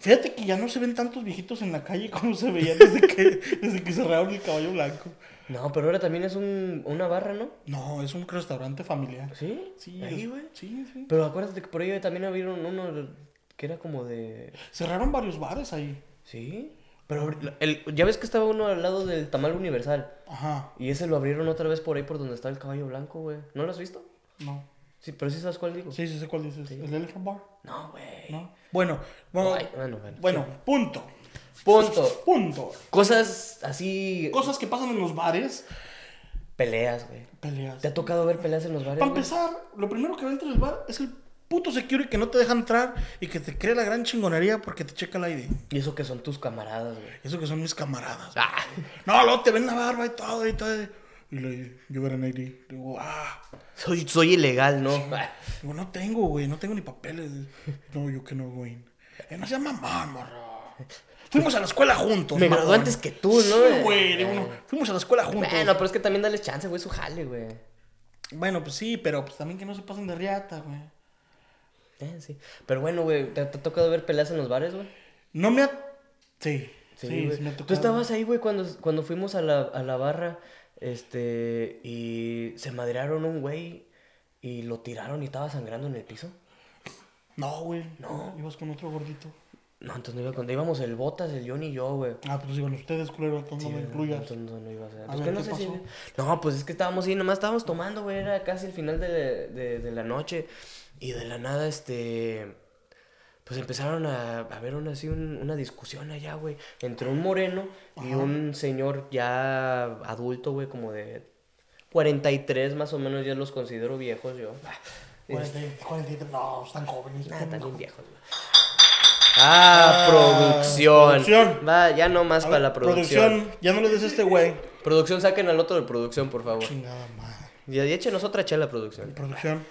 [SPEAKER 2] Fíjate que ya no se ven tantos viejitos en la calle como se veían desde que, desde que cerraron el caballo blanco.
[SPEAKER 1] No, pero ahora también es un, una barra, ¿no?
[SPEAKER 2] No, es un restaurante familiar.
[SPEAKER 1] ¿Sí?
[SPEAKER 2] Sí,
[SPEAKER 1] Ahí,
[SPEAKER 2] es-
[SPEAKER 1] güey.
[SPEAKER 2] Sí, sí.
[SPEAKER 1] Pero acuérdate que por ahí también abrieron uno que era como de...
[SPEAKER 2] Cerraron varios bares ahí.
[SPEAKER 1] Sí. Pero abri- el, ya ves que estaba uno al lado del tamal universal.
[SPEAKER 2] Ajá,
[SPEAKER 1] Y ese lo abrieron otra vez por ahí por donde está el caballo blanco, güey. ¿No lo has visto?
[SPEAKER 2] no.
[SPEAKER 1] Sí, pero sí sabes cuál digo.
[SPEAKER 2] Sí, sí, sé cuál dices. El Elephant Bar,
[SPEAKER 1] No, güey.
[SPEAKER 2] ¿no? Bueno, bueno,
[SPEAKER 1] Ay, bueno, bueno.
[SPEAKER 2] bueno, punto.
[SPEAKER 1] Punto.
[SPEAKER 2] Punto.
[SPEAKER 1] Cosas así...
[SPEAKER 2] Cosas que pasan en los bares.
[SPEAKER 1] Peleas, güey.
[SPEAKER 2] Peleas.
[SPEAKER 1] ¿Te ha tocado ver peleas en los bares?
[SPEAKER 2] Para
[SPEAKER 1] güey?
[SPEAKER 2] empezar, lo primero que va dentro del bar es el puto security que no te deja entrar y que te cree la gran chingonería porque te checa el ID.
[SPEAKER 1] Y eso que son tus camaradas, güey.
[SPEAKER 2] Eso que son mis camaradas.
[SPEAKER 1] Ah.
[SPEAKER 2] No, luego te ven la barba y todo y todo. Y le yo era en ID. Digo, ah.
[SPEAKER 1] soy, soy ilegal, ¿no?
[SPEAKER 2] Digo, no tengo, güey, no tengo ni papeles. No, yo que no, güey. Eh, no se llama mamón, morro. Fuimos a la escuela juntos,
[SPEAKER 1] Me gradué
[SPEAKER 2] mamón.
[SPEAKER 1] antes que tú, ¿no? Eh.
[SPEAKER 2] Sí, güey, digo, no, fuimos a la escuela juntos.
[SPEAKER 1] Bueno, pero es que también dale chance, güey, su jale, güey.
[SPEAKER 2] Bueno, pues sí, pero pues también que no se pasen de riata, güey.
[SPEAKER 1] Eh, sí. Pero bueno, güey, ¿te, te ha tocado ver peleas en los bares, güey?
[SPEAKER 2] No me ha... Sí, sí,
[SPEAKER 1] güey.
[SPEAKER 2] sí me ha
[SPEAKER 1] Tú
[SPEAKER 2] tocado.
[SPEAKER 1] estabas ahí, güey, cuando, cuando fuimos a la, a la barra, este, y se madrearon un güey y lo tiraron y estaba sangrando en el piso.
[SPEAKER 2] No, güey. No. Ibas con otro gordito.
[SPEAKER 1] No, entonces no iba cuando íbamos el Botas, el Johnny y yo, güey.
[SPEAKER 2] Ah, pues iban ustedes, culero, entonces no me incluyas.
[SPEAKER 1] Entonces, no, no iba a ser.
[SPEAKER 2] A
[SPEAKER 1] Pues
[SPEAKER 2] ver,
[SPEAKER 1] que no
[SPEAKER 2] ¿qué
[SPEAKER 1] sé si-
[SPEAKER 2] pasó?
[SPEAKER 1] No, pues es que estábamos ahí, nomás estábamos tomando, güey. Era casi el final de, de- de la noche. Y de la nada, este. Pues empezaron a, a ver una, así un- una discusión allá, güey. Entre un moreno y un señor ya adulto, güey, como de 43 más o menos. Ya los considero viejos yo. Este,
[SPEAKER 2] 43, 43, no, están jóvenes.
[SPEAKER 1] Nada, también
[SPEAKER 2] están jóvenes.
[SPEAKER 1] viejos, güey. Ah, producción.
[SPEAKER 2] producción.
[SPEAKER 1] Va, ya no más
[SPEAKER 2] A
[SPEAKER 1] para
[SPEAKER 2] ver,
[SPEAKER 1] la producción.
[SPEAKER 2] Producción, ya no le des a este güey.
[SPEAKER 1] Producción, saquen al otro de producción, por favor.
[SPEAKER 2] Chingada madre.
[SPEAKER 1] Y y échenos otra chela, producción.
[SPEAKER 2] Producción.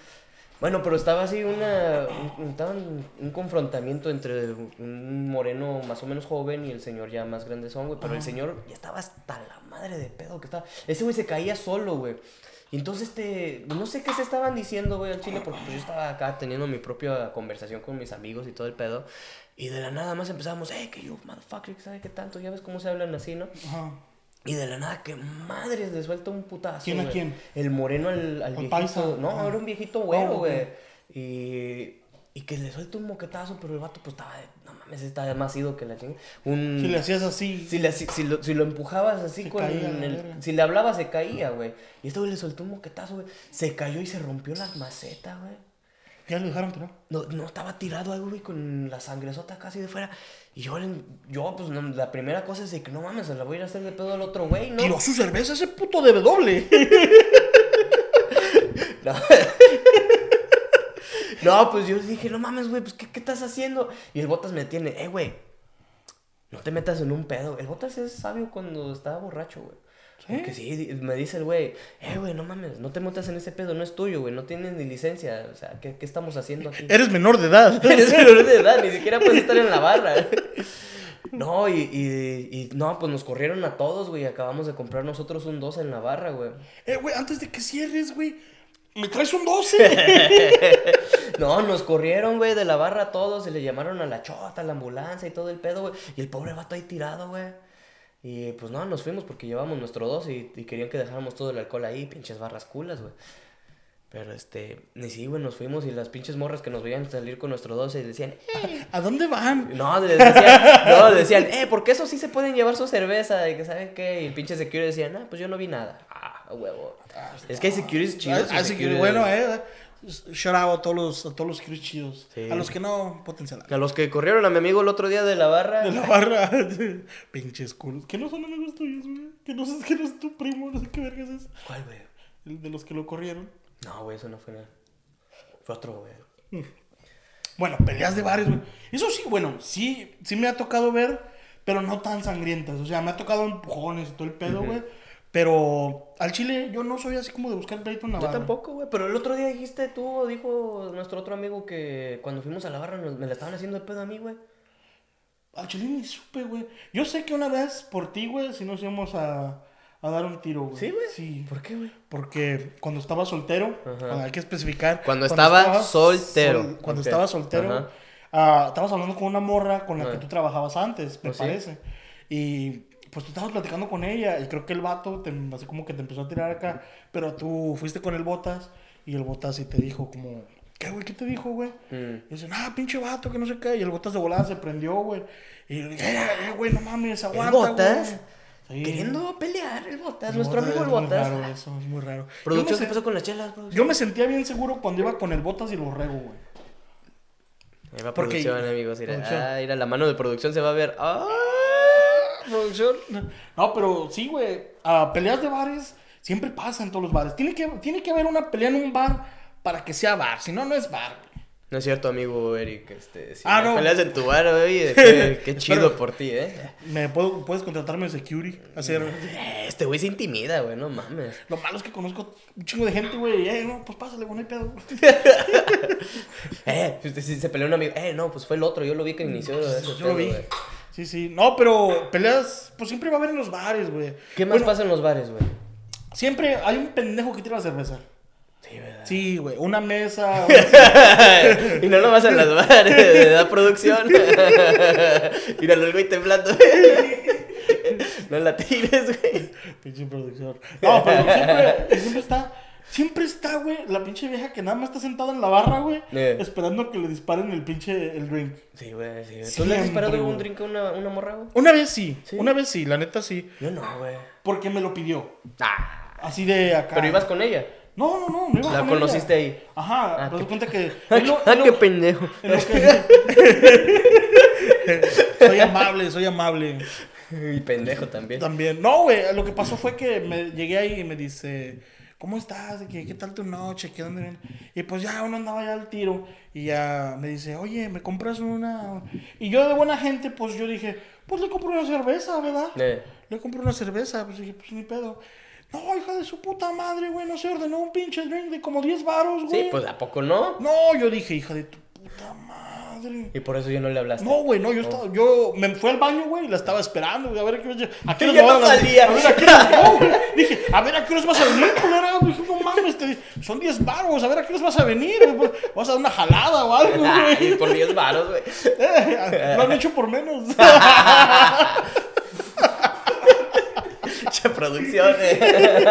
[SPEAKER 1] Bueno, pero estaba así una. un- estaba un, un confrontamiento entre un moreno más o menos joven y el señor ya más grande son, güey. Pero el señor ya estaba hasta la madre de pedo que estaba. Ese güey se caía solo, güey. Y entonces, este. No sé qué se estaban diciendo, güey, al chile, porque pues, yo estaba acá teniendo mi propia conversación con mis amigos y todo el pedo. Y de la nada más empezamos, eh, que yo, motherfucker, que ¿sabe qué tanto? Ya ves cómo se hablan así, ¿no?
[SPEAKER 2] Ajá.
[SPEAKER 1] Y de la nada, que madres, le suelta un putazo.
[SPEAKER 2] ¿Quién a
[SPEAKER 1] güey.
[SPEAKER 2] quién?
[SPEAKER 1] El moreno al, al
[SPEAKER 2] ¿Al
[SPEAKER 1] viejito.
[SPEAKER 2] paisa?
[SPEAKER 1] No,
[SPEAKER 2] Ah.
[SPEAKER 1] era un viejito güero,
[SPEAKER 2] Ah, ok.
[SPEAKER 1] güey. Y, y que le suelta un moquetazo, pero el vato, pues estaba, de- no mames, está más ido que la chinga. Un...
[SPEAKER 2] Si le hacías así.
[SPEAKER 1] Si, le- si- si lo, si lo empujabas así
[SPEAKER 2] Se
[SPEAKER 1] con
[SPEAKER 2] caía la
[SPEAKER 1] el...
[SPEAKER 2] verga.
[SPEAKER 1] Si le hablabas, se caía, güey. Y este güey le soltó un moquetazo, güey. Se cayó y se rompió las macetas, güey.
[SPEAKER 2] Ya lo dejaron tirar.
[SPEAKER 1] No, no estaba tirado algo, güey, con la sangresota casi de fuera. Y yo, le- yo pues, no, la primera cosa es de que no mames, se la voy a ir a hacer de pedo al otro güey, ¿no?
[SPEAKER 2] Tiró su cerveza ese puto de doble.
[SPEAKER 1] No. No, pues yo dije, no mames, güey, pues ¿qué, qué estás haciendo? Y el Botas me tiene, eh, güey, no te metas en un pedo. El Botas es sabio cuando está borracho, güey. Porque sí, di- me dice el güey, eh, güey, no mames, no te montas en ese pedo, no es tuyo, güey, no tienes ni licencia, o sea, ¿qué, qué estamos haciendo aquí?
[SPEAKER 2] Eres menor de edad.
[SPEAKER 1] Eres menor de edad, ni siquiera puedes estar en la barra. No, y, y, y no, pues nos corrieron a todos, güey, acabamos de comprar nosotros un 2 en la barra, güey.
[SPEAKER 2] Eh, güey, antes de que cierres, güey, me traes un 12.
[SPEAKER 1] No, nos corrieron, güey, de la barra a todos y le llamaron a la chota, a la ambulancia y todo el pedo, güey. Y el pobre vato ahí tirado, güey. Y pues no, nos fuimos porque llevamos nuestro dos y, y querían que dejáramos todo el alcohol ahí, pinches barras culas, güey. Pero este, y sí, güey, nos fuimos y las pinches morras que nos veían salir con nuestro dos y decían, "Eh",
[SPEAKER 2] ¿A dónde van?
[SPEAKER 1] no, les decían, no, les decían, eh, porque eso sí se pueden llevar su cerveza, y que saben qué, y el pinche security decía, no, pues yo no vi nada. Ah, a huevo. es que hay securities chidos. y
[SPEAKER 2] Ah, Así que,
[SPEAKER 1] securities-
[SPEAKER 2] bueno, eh. Shout out a todos los, a todos los crews chidos.
[SPEAKER 1] Sí.
[SPEAKER 2] A los que no, potencial.
[SPEAKER 1] A los que corrieron a mi amigo el otro día de la barra.
[SPEAKER 2] De la barra. Pinches culos. Que no son amigos tuyos, güey. Que no, es, que no es tu primo, no sé qué vergas es.
[SPEAKER 1] ¿Cuál, güey?
[SPEAKER 2] El de los que lo corrieron.
[SPEAKER 1] No, güey, eso no fue nada. Fue otro, güey.
[SPEAKER 2] Bueno, peleas de bares, güey. Eso sí, bueno, sí, sí me ha tocado ver, pero no tan sangrientas. O sea, me ha tocado empujones y todo el pedo, güey. Pero al chile yo no soy así como de buscar pleito en la
[SPEAKER 1] Yo
[SPEAKER 2] barra.
[SPEAKER 1] tampoco, güey. Pero el otro día dijiste tú, dijo nuestro otro amigo que cuando fuimos a la barra nos- me la estaban haciendo de pedo a mí, güey.
[SPEAKER 2] Al chile ni supe, güey. Yo sé que una vez por ti, güey, si nos íbamos a, a dar un tiro, güey.
[SPEAKER 1] ¿Sí, güey?
[SPEAKER 2] Sí.
[SPEAKER 1] ¿Por qué, güey?
[SPEAKER 2] Porque cuando estaba soltero, bueno, hay que especificar.
[SPEAKER 1] Cuando estaba soltero.
[SPEAKER 2] cuando
[SPEAKER 1] Ok.
[SPEAKER 2] estaba soltero,
[SPEAKER 1] Ajá.
[SPEAKER 2] ah, estabas hablando con una morra con la que
[SPEAKER 1] Ah.
[SPEAKER 2] tú trabajabas antes, me
[SPEAKER 1] Pues sí.
[SPEAKER 2] parece. Y pues tú estabas platicando con ella y creo que el vato te, así como que te empezó a tirar acá, pero tú fuiste con el botas y el botas y te dijo como, ¿qué, güey? ¿Qué te dijo, güey?
[SPEAKER 1] Mm.
[SPEAKER 2] Y dicen, ah, pinche vato, que no sé qué. Y el botas de volada se prendió, güey. Y yo le dije, "Eh, eh, güey, no mames, aguanta, güey".
[SPEAKER 1] Botas?
[SPEAKER 2] Sí.
[SPEAKER 1] Queriendo pelear el botas,
[SPEAKER 2] El
[SPEAKER 1] nuestro amigo el
[SPEAKER 2] Es muy raro
[SPEAKER 1] botas.
[SPEAKER 2] eso, es muy raro.
[SPEAKER 1] Producción,
[SPEAKER 2] Yo
[SPEAKER 1] ¿qué
[SPEAKER 2] me
[SPEAKER 1] pasó con las chelas, bro?
[SPEAKER 2] se- Yo me sentía bien seguro cuando iba con el botas y el borrego, güey.
[SPEAKER 1] Ahí va
[SPEAKER 2] Porque-
[SPEAKER 1] producción, amigos. Mira,
[SPEAKER 2] Producción.
[SPEAKER 1] Ah, mira, la mano de producción se va a ver. ¡Ah! Producción.
[SPEAKER 2] No, pero sí, güey. ah, peleas de bares siempre pasa en todos los bares. Tiene que, tiene que haber una pelea en un bar para que sea bar. Si no, no es bar, güey.
[SPEAKER 1] No es cierto, amigo Eric. Este, si
[SPEAKER 2] Ah,
[SPEAKER 1] me
[SPEAKER 2] no.
[SPEAKER 1] peleas en tu bar, güey, qué, qué chido
[SPEAKER 2] Espero.
[SPEAKER 1] por ti, ¿eh?
[SPEAKER 2] Me puedo, puedes contratarme de security. Hacer.
[SPEAKER 1] Eh, Este güey se intimida, güey, no mames.
[SPEAKER 2] Lo malo es que conozco un chingo de gente, güey. y, Eh, no, pues pásale, güey, no hay pedo.
[SPEAKER 1] Eh, si usted- si se peleó un amigo. Eh, no, pues fue el otro. Yo lo vi que inició. ese
[SPEAKER 2] Yo
[SPEAKER 1] pedo,
[SPEAKER 2] lo vi.
[SPEAKER 1] güey.
[SPEAKER 2] Sí, sí. No, pero peleas, pues siempre va a haber en los bares, güey.
[SPEAKER 1] ¿Qué más
[SPEAKER 2] Bueno,
[SPEAKER 1] pasa en los bares, güey?
[SPEAKER 2] Siempre hay un pendejo que tira la cerveza.
[SPEAKER 1] Sí, ¿verdad?
[SPEAKER 2] Sí, güey. Una mesa.
[SPEAKER 1] y no nomás en los bares, da producción. Míralo, el güey temblando. no la tires, güey.
[SPEAKER 2] pinche producción. No, pero siempre, siempre está. Siempre está, güey, la pinche vieja que nada más está sentada en la barra, güey,
[SPEAKER 1] Eh.
[SPEAKER 2] esperando que le disparen el pinche el drink.
[SPEAKER 1] Sí, güey, sí. güey. ¿Tú le
[SPEAKER 2] Siempre,
[SPEAKER 1] has disparado algún
[SPEAKER 2] güey.
[SPEAKER 1] drink a una, una morra, güey?
[SPEAKER 2] Una vez sí,
[SPEAKER 1] Sí.
[SPEAKER 2] una vez sí, la neta sí,
[SPEAKER 1] Yo no, güey.
[SPEAKER 2] porque me lo pidió.
[SPEAKER 1] Ah,
[SPEAKER 2] Así de acá.
[SPEAKER 1] pero ibas con ella.
[SPEAKER 2] No, no, no, no iba
[SPEAKER 1] La
[SPEAKER 2] con
[SPEAKER 1] conociste
[SPEAKER 2] ella.
[SPEAKER 1] ahí.
[SPEAKER 2] Ajá,
[SPEAKER 1] Ah,
[SPEAKER 2] pero
[SPEAKER 1] qué-
[SPEAKER 2] te cuenta que
[SPEAKER 1] Ah,
[SPEAKER 2] es lo-
[SPEAKER 1] ah,
[SPEAKER 2] es lo-
[SPEAKER 1] qué pendejo.
[SPEAKER 2] En lo que- soy amable, soy amable.
[SPEAKER 1] y pendejo también.
[SPEAKER 2] También. No, güey, lo que pasó fue que me llegué ahí y me dice, ¿cómo estás? ¿Qué, qué tal tu noche? ¿Qué dónde ven?" Y pues ya uno andaba ya al tiro y ya me dice, oye, ¿me compras una? Y yo de buena gente, pues yo dije, pues le compro una cerveza, ¿verdad?
[SPEAKER 1] Eh.
[SPEAKER 2] Le compré una cerveza, pues dije, pues ni pedo. No, hija de su puta madre, güey, no se ordenó un pinche drink de como 10 varos, güey.
[SPEAKER 1] Sí, pues ¿a poco no?
[SPEAKER 2] No, yo dije, hija de tu puta madre.
[SPEAKER 1] Y por eso yo no le hablaste.
[SPEAKER 2] No, güey, no, yo estaba, yo me fui al baño, güey, y la estaba esperando, güey, a ver a qué hora llega- ¿A qué
[SPEAKER 1] Y
[SPEAKER 2] hora
[SPEAKER 1] ya
[SPEAKER 2] llegaba
[SPEAKER 1] no
[SPEAKER 2] la-
[SPEAKER 1] salía.
[SPEAKER 2] A ver a qué hora- no, güey. Dije, a ver a qué horas vas a venir, culera. Dije, no mames, te- son 10 baros, a ver a qué horas vas a venir. güey. Vas a dar una jalada o algo,
[SPEAKER 1] Ay,
[SPEAKER 2] güey.
[SPEAKER 1] por 10 varos, güey.
[SPEAKER 2] Eh, lo han hecho por menos.
[SPEAKER 1] Che, producción, eh.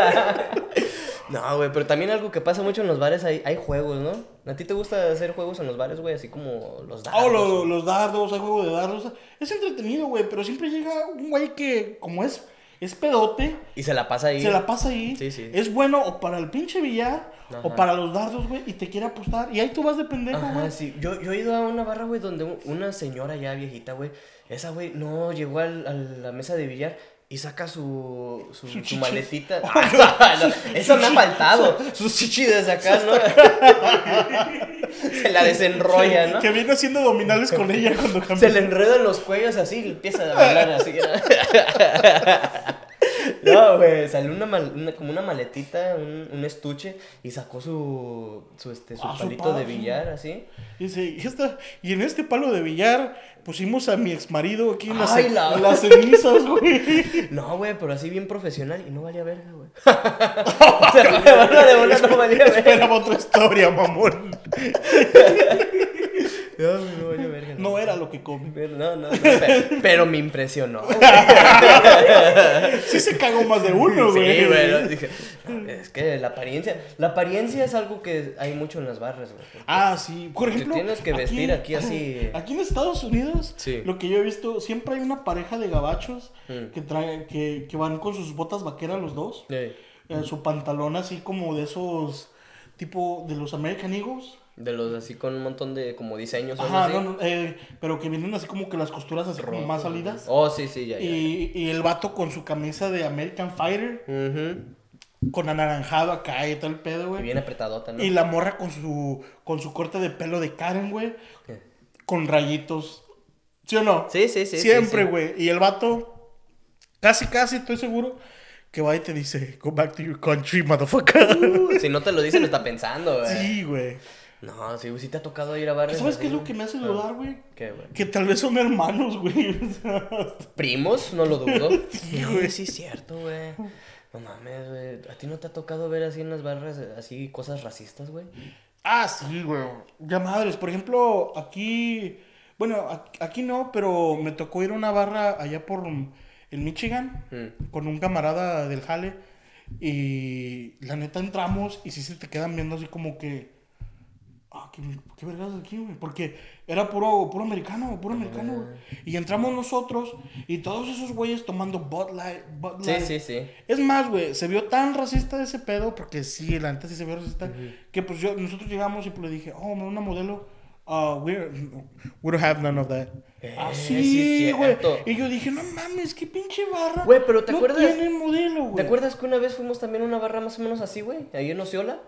[SPEAKER 1] No, güey, pero también algo que pasa mucho en los bares, hay, hay juegos, ¿no? ¿A ti te gusta hacer juegos en los bares, güey? Así como los dados.
[SPEAKER 2] Ah, o lo- los dardos, hay juego de dardos. Es entretenido, güey, pero siempre llega un güey que, como es, es pedote.
[SPEAKER 1] Y se la pasa ahí.
[SPEAKER 2] Se la pasa ahí.
[SPEAKER 1] Sí, sí.
[SPEAKER 2] Es bueno o para el pinche billar o
[SPEAKER 1] Ajá.
[SPEAKER 2] para los dardos, güey, y te quiere apostar. Y ahí tú vas de pendejo,
[SPEAKER 1] Ajá,
[SPEAKER 2] güey.
[SPEAKER 1] sí. Yo, yo he ido a una barra, güey, donde un- una señora ya viejita, güey, esa, güey, no llegó al- a la mesa de billar y saca su, su, su
[SPEAKER 2] chichis.
[SPEAKER 1] maletita. Ah, no, eso me ha faltado. Sus chichides acá, ¿no? Se la desenrolla, ¿no?
[SPEAKER 2] Que viene haciendo dominales con ella cuando cambia.
[SPEAKER 1] Se le enredan los cuellos así y empieza a bailar así. No, güey, salió una, mal- una- como una maletita, un, un estuche, y sacó su, su, este, su
[SPEAKER 2] Ah, su
[SPEAKER 1] palito
[SPEAKER 2] palo,
[SPEAKER 1] de
[SPEAKER 2] sí.
[SPEAKER 1] billar, así.
[SPEAKER 2] Y, dice, "Y esta- y en este palo de billar pusimos a mi ex marido aquí en las,
[SPEAKER 1] Ay, la-
[SPEAKER 2] en las cenizas, güey.
[SPEAKER 1] No, güey, pero así bien profesional, y no valía verga, güey. o sea, de bola, de bola no valía verga.
[SPEAKER 2] Esperaba otra historia, mamón.
[SPEAKER 1] No, güey, no valía verga.
[SPEAKER 2] No era lo que comí.
[SPEAKER 1] Pero No, no, no, pero, pero me impresionó. güey.
[SPEAKER 2] Sí se cagó más de uno, güey.
[SPEAKER 1] Sí, güey, no, dije, no, es que la apariencia, la apariencia es algo que hay mucho en las barras, güey.
[SPEAKER 2] Ah, sí. Por
[SPEAKER 1] Te
[SPEAKER 2] ejemplo.
[SPEAKER 1] tienes que vestir aquí así.
[SPEAKER 2] Aquí en Estados Unidos,
[SPEAKER 1] Sí. Mm.
[SPEAKER 2] lo que yo he visto, siempre hay una pareja de gabachos que, trae, que, que van con sus botas vaqueras los dos.
[SPEAKER 1] Eh,
[SPEAKER 2] eh, su pantalón así como de esos. Tipo de los American Eagles.
[SPEAKER 1] De los así con un montón de como diseños. o algo
[SPEAKER 2] Ajá,
[SPEAKER 1] así.
[SPEAKER 2] no, no, eh, pero que vienen así como que las costuras así como más salidas.
[SPEAKER 1] Oh, sí, sí, ya, ya.
[SPEAKER 2] Y, y el vato con su camisa de American Fighter,
[SPEAKER 1] Ujú.
[SPEAKER 2] con anaranjado acá y todo el pedo,
[SPEAKER 1] Y
[SPEAKER 2] güey.
[SPEAKER 1] bien apretadota, ¿no?
[SPEAKER 2] Y la morra con su, con su corte de pelo de Karen, güey. Con rayitos. ¿Sí o no?
[SPEAKER 1] Sí, sí, sí, sí,
[SPEAKER 2] Siempre,
[SPEAKER 1] sí.
[SPEAKER 2] güey. Y el vato, casi, casi, estoy seguro, que va y te dice, go back to your country, motherfucker.
[SPEAKER 1] Si no te lo dice, lo está pensando, Uh, güey.
[SPEAKER 2] sí, güey.
[SPEAKER 1] No, sí, sí te ha tocado ir a barras.
[SPEAKER 2] ¿Sabes
[SPEAKER 1] así.
[SPEAKER 2] qué es lo que me hace dudar, güey?
[SPEAKER 1] ¿Qué, güey?
[SPEAKER 2] Que tal vez son hermanos, güey. O sea,
[SPEAKER 1] Primos, no lo dudo. sí,
[SPEAKER 2] güey.
[SPEAKER 1] sí es cierto, güey. No mames, güey. ¿A ti no te ha tocado ver así en las barras, eh, así cosas racistas, güey?
[SPEAKER 2] Ah, sí, güey. Ya madres, por ejemplo, aquí, bueno, a- aquí no, pero me tocó ir a una barra allá por en Michigan
[SPEAKER 1] Mm.
[SPEAKER 2] con un camarada del jale y la neta entramos y sí se te quedan viendo así como que ah, qué, qué vergas aquí, güey, porque era puro puro americano, puro americano. güey. Y entramos nosotros y todos esos güeyes tomando Bud Light, Bud
[SPEAKER 1] Sí,
[SPEAKER 2] Light.
[SPEAKER 1] sí, sí.
[SPEAKER 2] Es más, güey, se vio tan racista ese pedo, porque sí, la neta sí se vio racista, que pues yo, nosotros llegamos y pues le dije, oh, me da una modelo, ah, we're- we don't have none of that.
[SPEAKER 1] Eh, sí
[SPEAKER 2] Así,
[SPEAKER 1] es
[SPEAKER 2] güey.
[SPEAKER 1] cierto.
[SPEAKER 2] y yo dije, no mames, qué pinche barra.
[SPEAKER 1] Güey, pero ¿te
[SPEAKER 2] no
[SPEAKER 1] acuerdas?
[SPEAKER 2] tienen modelo, güey.
[SPEAKER 1] ¿Te acuerdas que una vez fuimos también a una barra más o menos así, güey? Ahí en Osceola.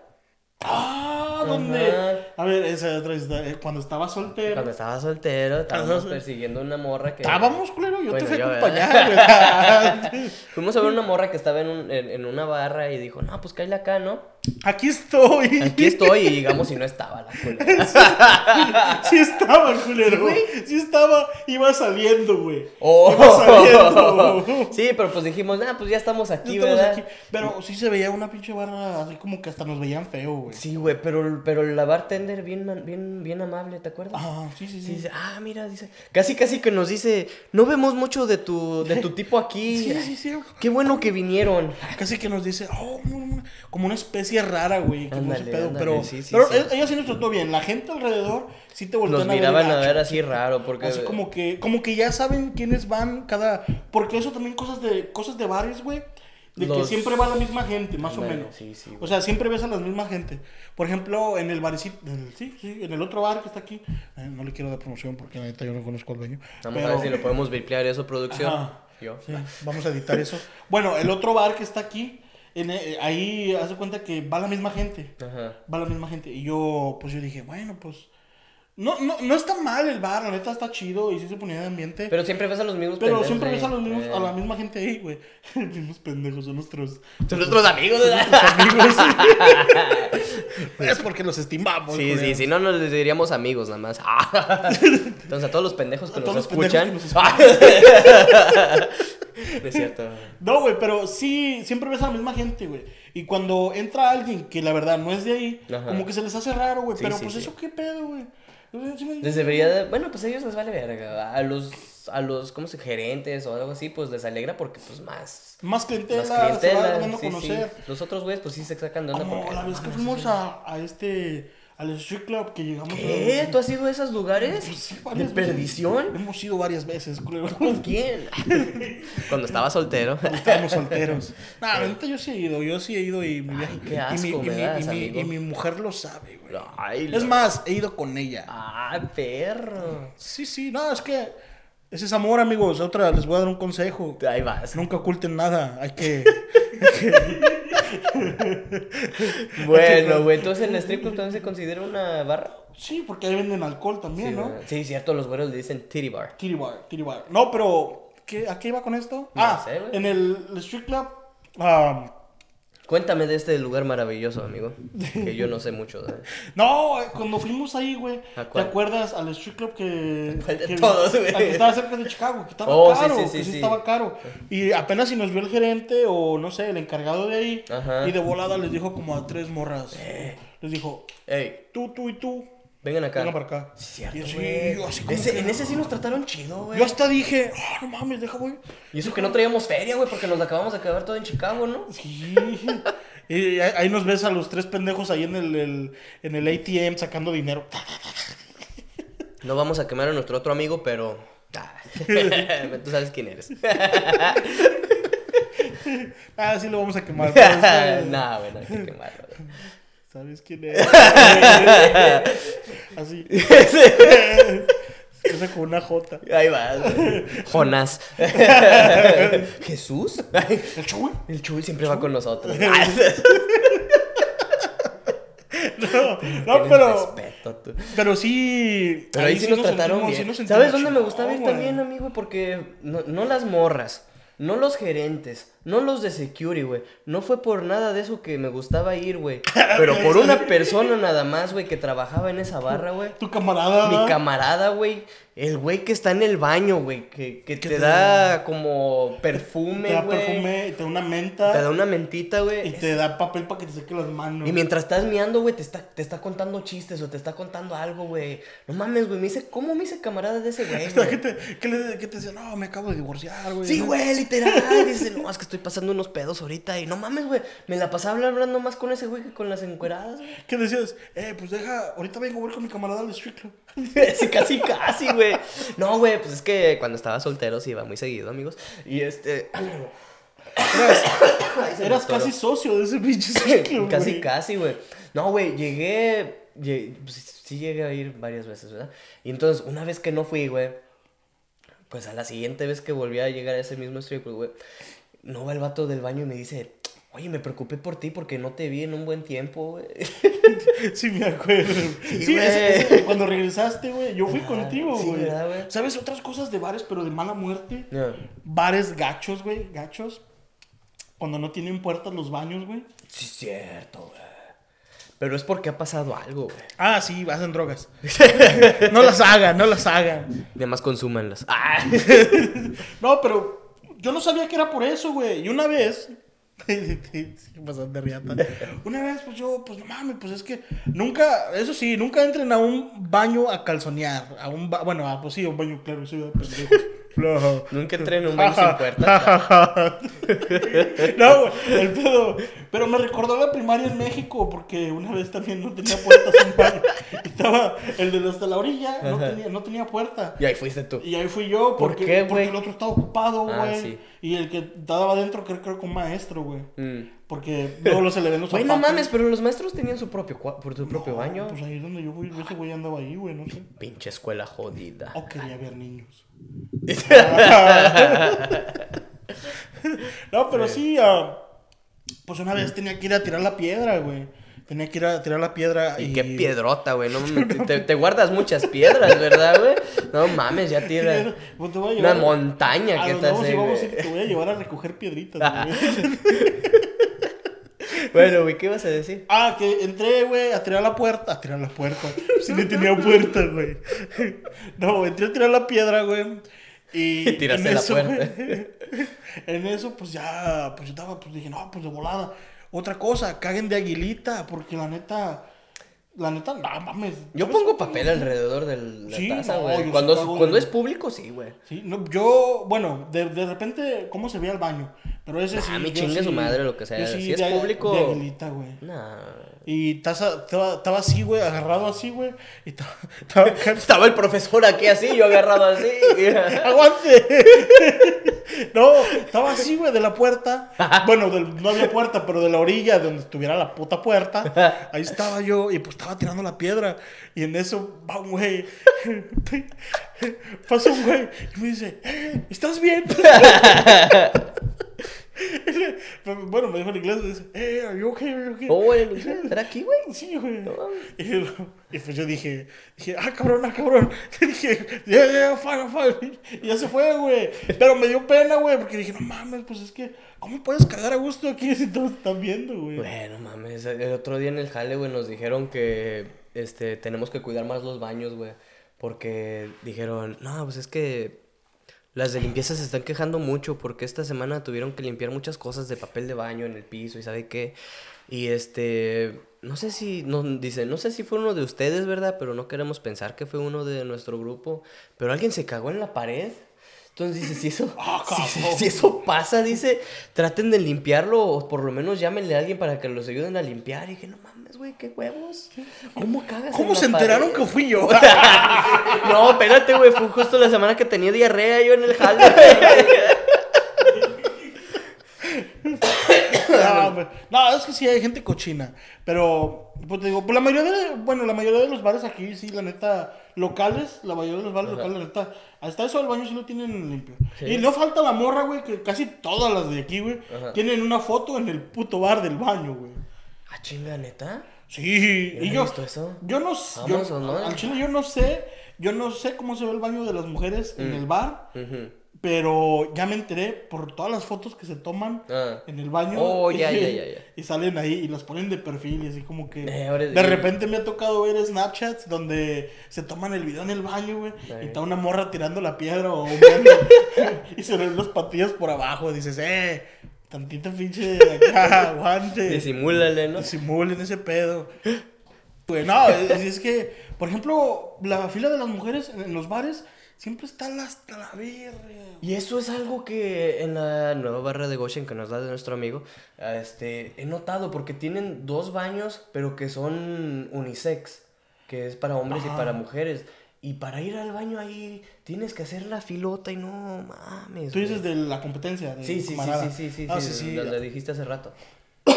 [SPEAKER 2] Ah, ¿dónde?
[SPEAKER 1] Ajá.
[SPEAKER 2] A ver, esa otra historia, eh, cuando estaba soltero.
[SPEAKER 1] Cuando estaba soltero, estábamos
[SPEAKER 2] Ajá.
[SPEAKER 1] persiguiendo una morra que...
[SPEAKER 2] Estábamos, culero, yo
[SPEAKER 1] Bueno,
[SPEAKER 2] te fui a
[SPEAKER 1] yo,
[SPEAKER 2] acompañar, güey.
[SPEAKER 1] Fuimos a ver una morra que estaba en, un- en, en una barra y dijo, no, pues cállate acá, ¿no?
[SPEAKER 2] Aquí estoy.
[SPEAKER 1] Aquí estoy y llegamos y no estaba la culera.
[SPEAKER 2] Sí estaba, culero. Sí estaba, iba saliendo, güey.
[SPEAKER 1] Oh.
[SPEAKER 2] Iba saliendo.
[SPEAKER 1] Sí, pero pues dijimos, ah, pues ya estamos aquí,
[SPEAKER 2] Estamos
[SPEAKER 1] ¿verdad?
[SPEAKER 2] aquí. Pero sí se veía una pinche barra así como que hasta nos veían feo, güey.
[SPEAKER 1] Sí, güey, pero, pero la bartender bien, man- bien, bien amable, ¿te acuerdas?
[SPEAKER 2] Ah, sí, sí,
[SPEAKER 1] Sí,
[SPEAKER 2] sí.
[SPEAKER 1] dice, ah, mira, dice, casi casi que nos dice, no vemos mucho de tu, de tu tipo aquí.
[SPEAKER 2] Sí, sí, sí.
[SPEAKER 1] Qué bueno que vinieron.
[SPEAKER 2] Casi que nos dice, oh, mm, mm", como una especie rara, güey. Como ese
[SPEAKER 1] Ándale,
[SPEAKER 2] pedo.
[SPEAKER 1] ándale,
[SPEAKER 2] pero
[SPEAKER 1] sí, sí,
[SPEAKER 2] pero
[SPEAKER 1] sí.
[SPEAKER 2] ella sí nos trató bien. La gente alrededor sí te voltean
[SPEAKER 1] Nos
[SPEAKER 2] a ver
[SPEAKER 1] miraban a
[SPEAKER 2] gacho.
[SPEAKER 1] ver así raro, porque...
[SPEAKER 2] Así como que, como que ya saben quiénes van cada. Porque eso también cosas de, cosas de bares, güey. De que
[SPEAKER 1] Los-
[SPEAKER 2] siempre va la misma gente, más o
[SPEAKER 1] Ándale,
[SPEAKER 2] menos.
[SPEAKER 1] sí, sí,
[SPEAKER 2] o
[SPEAKER 1] güey.
[SPEAKER 2] sea, siempre ves a la misma gente. Por ejemplo, en el barecito, en el- sí, sí, en el otro bar que está aquí. eh, no le quiero dar promoción porque la neta yo no conozco al dueño.
[SPEAKER 1] Vamos a
[SPEAKER 2] pero-
[SPEAKER 1] ver si lo podemos viplear eso, producción.
[SPEAKER 2] Ajá.
[SPEAKER 1] Yo.
[SPEAKER 2] Sí, vamos a editar eso. Bueno, el otro bar que está aquí, en, eh, ahí hace cuenta que va la misma gente.
[SPEAKER 1] Ajá.
[SPEAKER 2] Va la misma gente. Y yo, pues yo dije, bueno, pues. No, no, no está mal el bar, la neta está chido y sí se ponía de ambiente. Pero,
[SPEAKER 1] Pero siempre ves a los mismos Eh,
[SPEAKER 2] siempre ves a los mismos, a la
[SPEAKER 1] mismos.
[SPEAKER 2] misma gente ahí, güey. Los mismos pendejos, son nuestros,
[SPEAKER 1] Son nuestros amigos, ¿verdad?
[SPEAKER 2] nuestros amigos. es porque los estimamos,
[SPEAKER 1] Sí, sí,
[SPEAKER 2] culeros.
[SPEAKER 1] si no nos diríamos amigos nada más. Ah. Entonces a todos los pendejos que
[SPEAKER 2] A
[SPEAKER 1] nos
[SPEAKER 2] todos los
[SPEAKER 1] escuchan.
[SPEAKER 2] pendejos
[SPEAKER 1] No es cierto.
[SPEAKER 2] No, güey, pero sí, siempre ves a la misma gente, güey. Y cuando entra alguien que la verdad no es de ahí,
[SPEAKER 1] Ajá.
[SPEAKER 2] como que se les hace raro, güey.
[SPEAKER 1] Sí,
[SPEAKER 2] pero
[SPEAKER 1] sí,
[SPEAKER 2] pues
[SPEAKER 1] sí.
[SPEAKER 2] eso qué pedo, güey. Sí, me-
[SPEAKER 1] Les debería de- Bueno, pues a ellos les vale verga. A los, a los, ¿cómo se? Gerentes o algo así, pues les alegra porque pues más.
[SPEAKER 2] Más
[SPEAKER 1] Más
[SPEAKER 2] clientela, se va
[SPEAKER 1] clientela.
[SPEAKER 2] dando a
[SPEAKER 1] sí, sí.
[SPEAKER 2] conocer.
[SPEAKER 1] Los otros güeyes, pues sí se sacan de onda
[SPEAKER 2] Como
[SPEAKER 1] porque.
[SPEAKER 2] la vez que fuimos a, a este, al street club que llegamos
[SPEAKER 1] ¿Qué?
[SPEAKER 2] a...
[SPEAKER 1] ¿Tú has ido a esos lugares?
[SPEAKER 2] Pues sí,
[SPEAKER 1] ¿De
[SPEAKER 2] varias veces.
[SPEAKER 1] perdición?
[SPEAKER 2] Hemos ido varias veces, culero.
[SPEAKER 1] ¿Con quién? Cuando estaba soltero.
[SPEAKER 2] Estábamos solteros. Nah, la neta yo sí he ido, yo sí he ido y mi vieja-
[SPEAKER 1] qué
[SPEAKER 2] y mi-
[SPEAKER 1] asco
[SPEAKER 2] y
[SPEAKER 1] me
[SPEAKER 2] mi-
[SPEAKER 1] das,
[SPEAKER 2] y mi-
[SPEAKER 1] amigo.
[SPEAKER 2] y mi mujer lo sabe, güey.
[SPEAKER 1] Ay,
[SPEAKER 2] Es
[SPEAKER 1] la-
[SPEAKER 2] más, he ido con ella.
[SPEAKER 1] Ah, perro.
[SPEAKER 2] Sí, sí, no, es que ese es amor, amigos. Otra, les voy a dar un consejo.
[SPEAKER 1] Ahí vas.
[SPEAKER 2] Nunca oculten nada. Hay que.
[SPEAKER 1] Bueno, güey, entonces el strip club también se considera una barra.
[SPEAKER 2] Sí, porque ahí venden alcohol también,
[SPEAKER 1] Sí,
[SPEAKER 2] ¿no?
[SPEAKER 1] ¿verdad? Sí, cierto, los güeros le dicen titty bar.
[SPEAKER 2] Tiri bar, tiri bar. No, pero. ¿qué, ¿A qué iba con esto? ah,
[SPEAKER 1] sé, güey.
[SPEAKER 2] en el, el street club Ah,
[SPEAKER 1] Cuéntame de este lugar maravilloso, amigo. Que yo no sé mucho de
[SPEAKER 2] No, eh, cuando fuimos ahí, güey.
[SPEAKER 1] ¿A
[SPEAKER 2] ¿Te
[SPEAKER 1] cuál?
[SPEAKER 2] acuerdas al street club que.
[SPEAKER 1] ¿Cuál de
[SPEAKER 2] que-
[SPEAKER 1] todos, güey?
[SPEAKER 2] al que estaba cerca de Chicago, que estaba
[SPEAKER 1] Oh, sí,
[SPEAKER 2] caro.
[SPEAKER 1] sí,
[SPEAKER 2] que
[SPEAKER 1] sí, sí.
[SPEAKER 2] estaba caro. Y apenas si nos vio el gerente o no sé, el encargado de ahí.
[SPEAKER 1] Ajá. Eh.
[SPEAKER 2] Y de volada les dijo como a tres morras. Les dijo,
[SPEAKER 1] Ey,
[SPEAKER 2] tú, tú y tú.
[SPEAKER 1] vengan acá.
[SPEAKER 2] Vengan para acá.
[SPEAKER 1] Sí, cierto,
[SPEAKER 2] Y así,
[SPEAKER 1] güey.
[SPEAKER 2] yo así como
[SPEAKER 1] Ese-
[SPEAKER 2] que-
[SPEAKER 1] En ese sí nos trataron chido, güey.
[SPEAKER 2] Yo hasta dije, "Ah, no mames, deja, güey.
[SPEAKER 1] Y eso que no traíamos feria, güey, porque nos la acabamos de acabar todo en Chicago, ¿no?
[SPEAKER 2] Sí. Y ahí ahí nos ves a los tres pendejos ahí en el, el- en el ATM sacando dinero.
[SPEAKER 1] No vamos a quemar a nuestro otro amigo, pero. Ah, Tú sabes quién eres.
[SPEAKER 2] Ah, sí lo vamos a quemar. pero es que-
[SPEAKER 1] nah, güey, no hay que quemarlo. güey.
[SPEAKER 2] ¿Sabes quién es? Así. Esa con una J.
[SPEAKER 1] Ahí va. güey. Jonás. ¿Jesús? Ay,
[SPEAKER 2] ¿El Chuy?
[SPEAKER 1] El Chuy siempre va con nosotros.
[SPEAKER 2] No, no
[SPEAKER 1] Tienes
[SPEAKER 2] pero,
[SPEAKER 1] respeto, tú.
[SPEAKER 2] pero sí.
[SPEAKER 1] Pero ahí, sí nos, trataron
[SPEAKER 2] sentimos-
[SPEAKER 1] bien.
[SPEAKER 2] sí nos
[SPEAKER 1] ¿Sabes
[SPEAKER 2] sentimos
[SPEAKER 1] dónde me gustaba
[SPEAKER 2] chingón,
[SPEAKER 1] ir
[SPEAKER 2] güey.
[SPEAKER 1] también, amigo? Porque no, no las morras, no los gerentes, no los de security, güey. No fue por nada de eso que me gustaba ir, güey. Pero por una persona nada más, güey, que trabajaba en esa barra, güey.
[SPEAKER 2] Tu camarada.
[SPEAKER 1] Mi
[SPEAKER 2] ¿verdad?
[SPEAKER 1] camarada, güey. El güey que está en el baño, güey. Que, que te da como
[SPEAKER 2] Te
[SPEAKER 1] perfume,
[SPEAKER 2] da
[SPEAKER 1] güey.
[SPEAKER 2] perfume, te da una
[SPEAKER 1] Te
[SPEAKER 2] menta
[SPEAKER 1] da una mentita,
[SPEAKER 2] y
[SPEAKER 1] güey.
[SPEAKER 2] te da papel para que te seque las manos.
[SPEAKER 1] Y mientras estás miando, güey, te está, te está contando chistes o te está contando algo, güey. No mames, güey. Me hice, ¿cómo me hice camarada de ese güey?
[SPEAKER 2] Esta
[SPEAKER 1] güey?
[SPEAKER 2] gente que, le, que te dice, no, me acabo de divorciar, güey.
[SPEAKER 1] Sí, güey, literal. Dice, no, es que estoy pasando unos pedos ahorita. Y no mames, güey. Me la pasaba hablando más con ese güey que con las encueradas, güey.
[SPEAKER 2] Que decías, eh, pues deja, ahorita vengo a ver con mi camarada al street club.
[SPEAKER 1] Sí, casi, casi, güey. No, güey, pues es que cuando estaba soltero sí iba muy seguido, amigos. Y este.
[SPEAKER 2] Eras,
[SPEAKER 1] Ay, se me
[SPEAKER 2] eras
[SPEAKER 1] atoró.
[SPEAKER 2] casi socio de ese pinche street club.
[SPEAKER 1] casi,
[SPEAKER 2] güey.
[SPEAKER 1] casi, güey. No, güey, llegué. lle- pues, sí, llegué a ir varias veces, ¿verdad? Y entonces, una vez que no fui, güey, pues a la siguiente vez que volví a llegar a ese mismo strip club, güey, no va el vato del baño y me dice. Oye, me preocupé por ti porque no te vi en un buen tiempo, güey.
[SPEAKER 2] Sí, me acuerdo. Sí,
[SPEAKER 1] güey.
[SPEAKER 2] ese- ese- cuando regresaste, güey, yo fui
[SPEAKER 1] Ah,
[SPEAKER 2] contigo,
[SPEAKER 1] sí,
[SPEAKER 2] güey.
[SPEAKER 1] ¿verdad, güey?
[SPEAKER 2] ¿Sabes otras cosas de bares, pero de mala muerte?
[SPEAKER 1] No.
[SPEAKER 2] Bares gachos, güey, gachos. Cuando no tienen puertas los baños, güey.
[SPEAKER 1] Sí, es cierto, güey. Pero es porque ha pasado algo, güey.
[SPEAKER 2] Ah, sí, hacen drogas. no las hagan, no las hagan.
[SPEAKER 1] Nada más consúmanlas. Ah.
[SPEAKER 2] No, pero yo no sabía que era por eso, güey. Y una vez. Sí, pues, bastante riata. Una vez, pues yo, pues no mames, pues es que nunca, eso sí, nunca entren a un baño a calzonear. A un ba- bueno, a, pues sí, a un baño, claro, sí, a pendejos. No.
[SPEAKER 1] Nunca entré en un baño sin puerta.
[SPEAKER 2] puerta. no, güey, el pedo. Pero me recordó la primaria en México porque una vez también no tenía puertas un baño. Estaba el de hasta la orilla, no
[SPEAKER 1] Ajá.
[SPEAKER 2] tenía, no tenía puerta.
[SPEAKER 1] Y ahí fuiste tú.
[SPEAKER 2] Y ahí fui yo
[SPEAKER 1] ¿Por
[SPEAKER 2] porque,
[SPEAKER 1] qué, güey?
[SPEAKER 2] porque el otro estaba ocupado,
[SPEAKER 1] Ah,
[SPEAKER 2] güey.
[SPEAKER 1] sí.
[SPEAKER 2] Y el que estaba adentro creo, creo que un maestro, güey.
[SPEAKER 1] Mm.
[SPEAKER 2] Porque luego se le ven los
[SPEAKER 1] Güey,
[SPEAKER 2] zapatos.
[SPEAKER 1] no mames, pero los maestros tenían su propio, cua- por su propio
[SPEAKER 2] No,
[SPEAKER 1] baño.
[SPEAKER 2] Pues ahí es donde yo voy, yo ese güey andaba ahí, güey, no sé.
[SPEAKER 1] Pinche escuela jodida.
[SPEAKER 2] O quería ver niños. no, pero sí, ah, pues una
[SPEAKER 1] Mm.
[SPEAKER 2] vez tenía que ir a tirar la piedra, güey. Tenía que ir a tirar la piedra.
[SPEAKER 1] Y qué piedrota, güey. No, mames, te, te guardas muchas piedras, ¿verdad, güey? No mames, ya tira
[SPEAKER 2] Pues te voy a
[SPEAKER 1] una
[SPEAKER 2] llevar-
[SPEAKER 1] montaña
[SPEAKER 2] a
[SPEAKER 1] que
[SPEAKER 2] los
[SPEAKER 1] estás
[SPEAKER 2] nuevos
[SPEAKER 1] ahí,
[SPEAKER 2] íbamos
[SPEAKER 1] güey.
[SPEAKER 2] y te voy a llevar a recoger piedritas, güey.
[SPEAKER 1] Bueno, güey, ¿qué ibas a decir?
[SPEAKER 2] Ah, que entré, güey, a tirar la puerta. A tirar la puerta. Sí, ni tenía puerta, güey. No, entré a tirar la piedra, güey. Y.
[SPEAKER 1] Y tiraste
[SPEAKER 2] en
[SPEAKER 1] la
[SPEAKER 2] eso,
[SPEAKER 1] puerta.
[SPEAKER 2] güey, en eso, pues ya. Pues yo estaba, pues dije, no, pues de volada. Otra cosa, caguen de aguilita, porque la neta. La neta, no mames.
[SPEAKER 1] Yo pues,
[SPEAKER 2] ¿sabes?
[SPEAKER 1] pongo papel alrededor de la
[SPEAKER 2] Sí,
[SPEAKER 1] taza,
[SPEAKER 2] no, yo
[SPEAKER 1] güey.
[SPEAKER 2] sí
[SPEAKER 1] Cuando, es-
[SPEAKER 2] cago en-
[SPEAKER 1] cuando es público, sí, güey.
[SPEAKER 2] Sí, no, yo, bueno, de, de repente, ¿cómo se veía el baño? Pero ese sí.
[SPEAKER 1] Ah, mi
[SPEAKER 2] yo
[SPEAKER 1] chingue
[SPEAKER 2] sí-
[SPEAKER 1] su madre, lo que sea.
[SPEAKER 2] yo
[SPEAKER 1] Si es
[SPEAKER 2] de-
[SPEAKER 1] público-
[SPEAKER 2] De aguilita, güey.
[SPEAKER 1] Nah.
[SPEAKER 2] Y taza- estaba, estaba así, güey, agarrado así, güey. Y estaba, estaba acá-
[SPEAKER 1] Estaba el profesor aquí así, yo agarrado así.
[SPEAKER 2] ¡Aguante! No, estaba así, güey, de la puerta. Bueno, del- no había puerta, pero de la orilla donde estuviera la puta puerta. Ahí estaba yo y pues estaba tirando la piedra. Y en eso va un güey. Pasa un güey y me dice, "Eh, ¿estás bien? Pero, bueno, me dijo en inglés, dice, eh, are you okay, are you okay?
[SPEAKER 1] Oh, güey, Luis, ¿era aquí, güey?
[SPEAKER 2] Sí, güey.
[SPEAKER 1] No mames.
[SPEAKER 2] Y, lo- y pues yo dije, dije, ah, cabrón, ah, cabrón. Y dije, yeah, yeah, fine, fine. Y ya se fue, güey. Pero me dio pena, güey, porque dije, no mames, pues es que, ¿cómo puedes cagar a gusto aquí si todos te están viendo, güey?
[SPEAKER 1] Bueno, mames, el otro día en el jale, güey, nos dijeron que este, tenemos que cuidar más los baños, güey. Porque dijeron, no, pues es que las de limpieza se están quejando mucho porque esta semana tuvieron que limpiar muchas cosas de papel de baño en el piso y sabe qué. Y este, no sé si, no, dice, no sé si fue uno de ustedes, ¿verdad? Pero no queremos pensar que fue uno de nuestro grupo. Pero alguien se cagó en la pared. Entonces dice, si eso,
[SPEAKER 2] Ah,
[SPEAKER 1] si- si-
[SPEAKER 2] cabrón.
[SPEAKER 1] si eso pasa, dice, traten de limpiarlo o por lo menos llámenle a alguien para que los ayuden a limpiar. Y dije, no mames, güey, qué huevos. ¿Cómo cagas?
[SPEAKER 2] ¿Cómo
[SPEAKER 1] en
[SPEAKER 2] se
[SPEAKER 1] la
[SPEAKER 2] enteraron
[SPEAKER 1] pared?
[SPEAKER 2] que fui yo?
[SPEAKER 1] No, espérate, güey, fue justo la semana que tenía diarrea yo en el jale. güey.
[SPEAKER 2] no, pues, no, es que sí hay gente cochina. Pero, pues te digo, pues la mayoría de, bueno, la mayoría de los bares aquí, sí, la neta, locales, la mayoría de los bares locales, la neta, hasta eso del baño sí lo tienen limpio.
[SPEAKER 1] Sí.
[SPEAKER 2] Y no falta la morra, güey, que casi todas las de aquí, güey,
[SPEAKER 1] Ajá.
[SPEAKER 2] tienen una foto en el puto bar del baño, güey.
[SPEAKER 1] Ah, chinga, neta.
[SPEAKER 2] Sí,
[SPEAKER 1] Yo
[SPEAKER 2] y
[SPEAKER 1] no he
[SPEAKER 2] yo,
[SPEAKER 1] visto eso.
[SPEAKER 2] yo no sé, yo-
[SPEAKER 1] Vamos, ¿o no?
[SPEAKER 2] al chile yo no sé, yo no sé cómo se ve el baño de las mujeres
[SPEAKER 1] Mm.
[SPEAKER 2] en el bar,
[SPEAKER 1] Ujú.
[SPEAKER 2] pero ya me enteré por todas las fotos que se toman
[SPEAKER 1] Ah.
[SPEAKER 2] en el baño.
[SPEAKER 1] Oh, ya, ya, ya, ya.
[SPEAKER 2] Y salen ahí y las ponen de perfil y así como que...
[SPEAKER 1] Eh, ahora-
[SPEAKER 2] de repente me ha tocado ver Snapchats donde se toman el video en el baño, güey.
[SPEAKER 1] Ay.
[SPEAKER 2] Y está una morra tirando la piedra o humeando, y se le ven las patillas por abajo. Dices, eh, tantito pinche acá, aguante.
[SPEAKER 1] Disimúlale, ¿no?
[SPEAKER 2] Simulen ese pedo. Pues no, es, es que, por ejemplo, la fila de las mujeres en, en los bares siempre está hasta la verga.
[SPEAKER 1] Y eso es algo que en la nueva barra de Goshen que nos da de nuestro amigo, ah, este, he notado porque tienen dos baños, pero que son unisex, que es para hombres y
[SPEAKER 2] Ajá.
[SPEAKER 1] para mujeres. Y para ir al baño ahí tienes que hacer la filota y no mames.
[SPEAKER 2] Tú dices
[SPEAKER 1] güey.
[SPEAKER 2] de la competencia. de
[SPEAKER 1] Sí, sí, sí, sí,
[SPEAKER 2] camarada.
[SPEAKER 1] sí, sí,
[SPEAKER 2] Ah,
[SPEAKER 1] sí,
[SPEAKER 2] sí, sí.
[SPEAKER 1] lo, lo dijiste hace rato.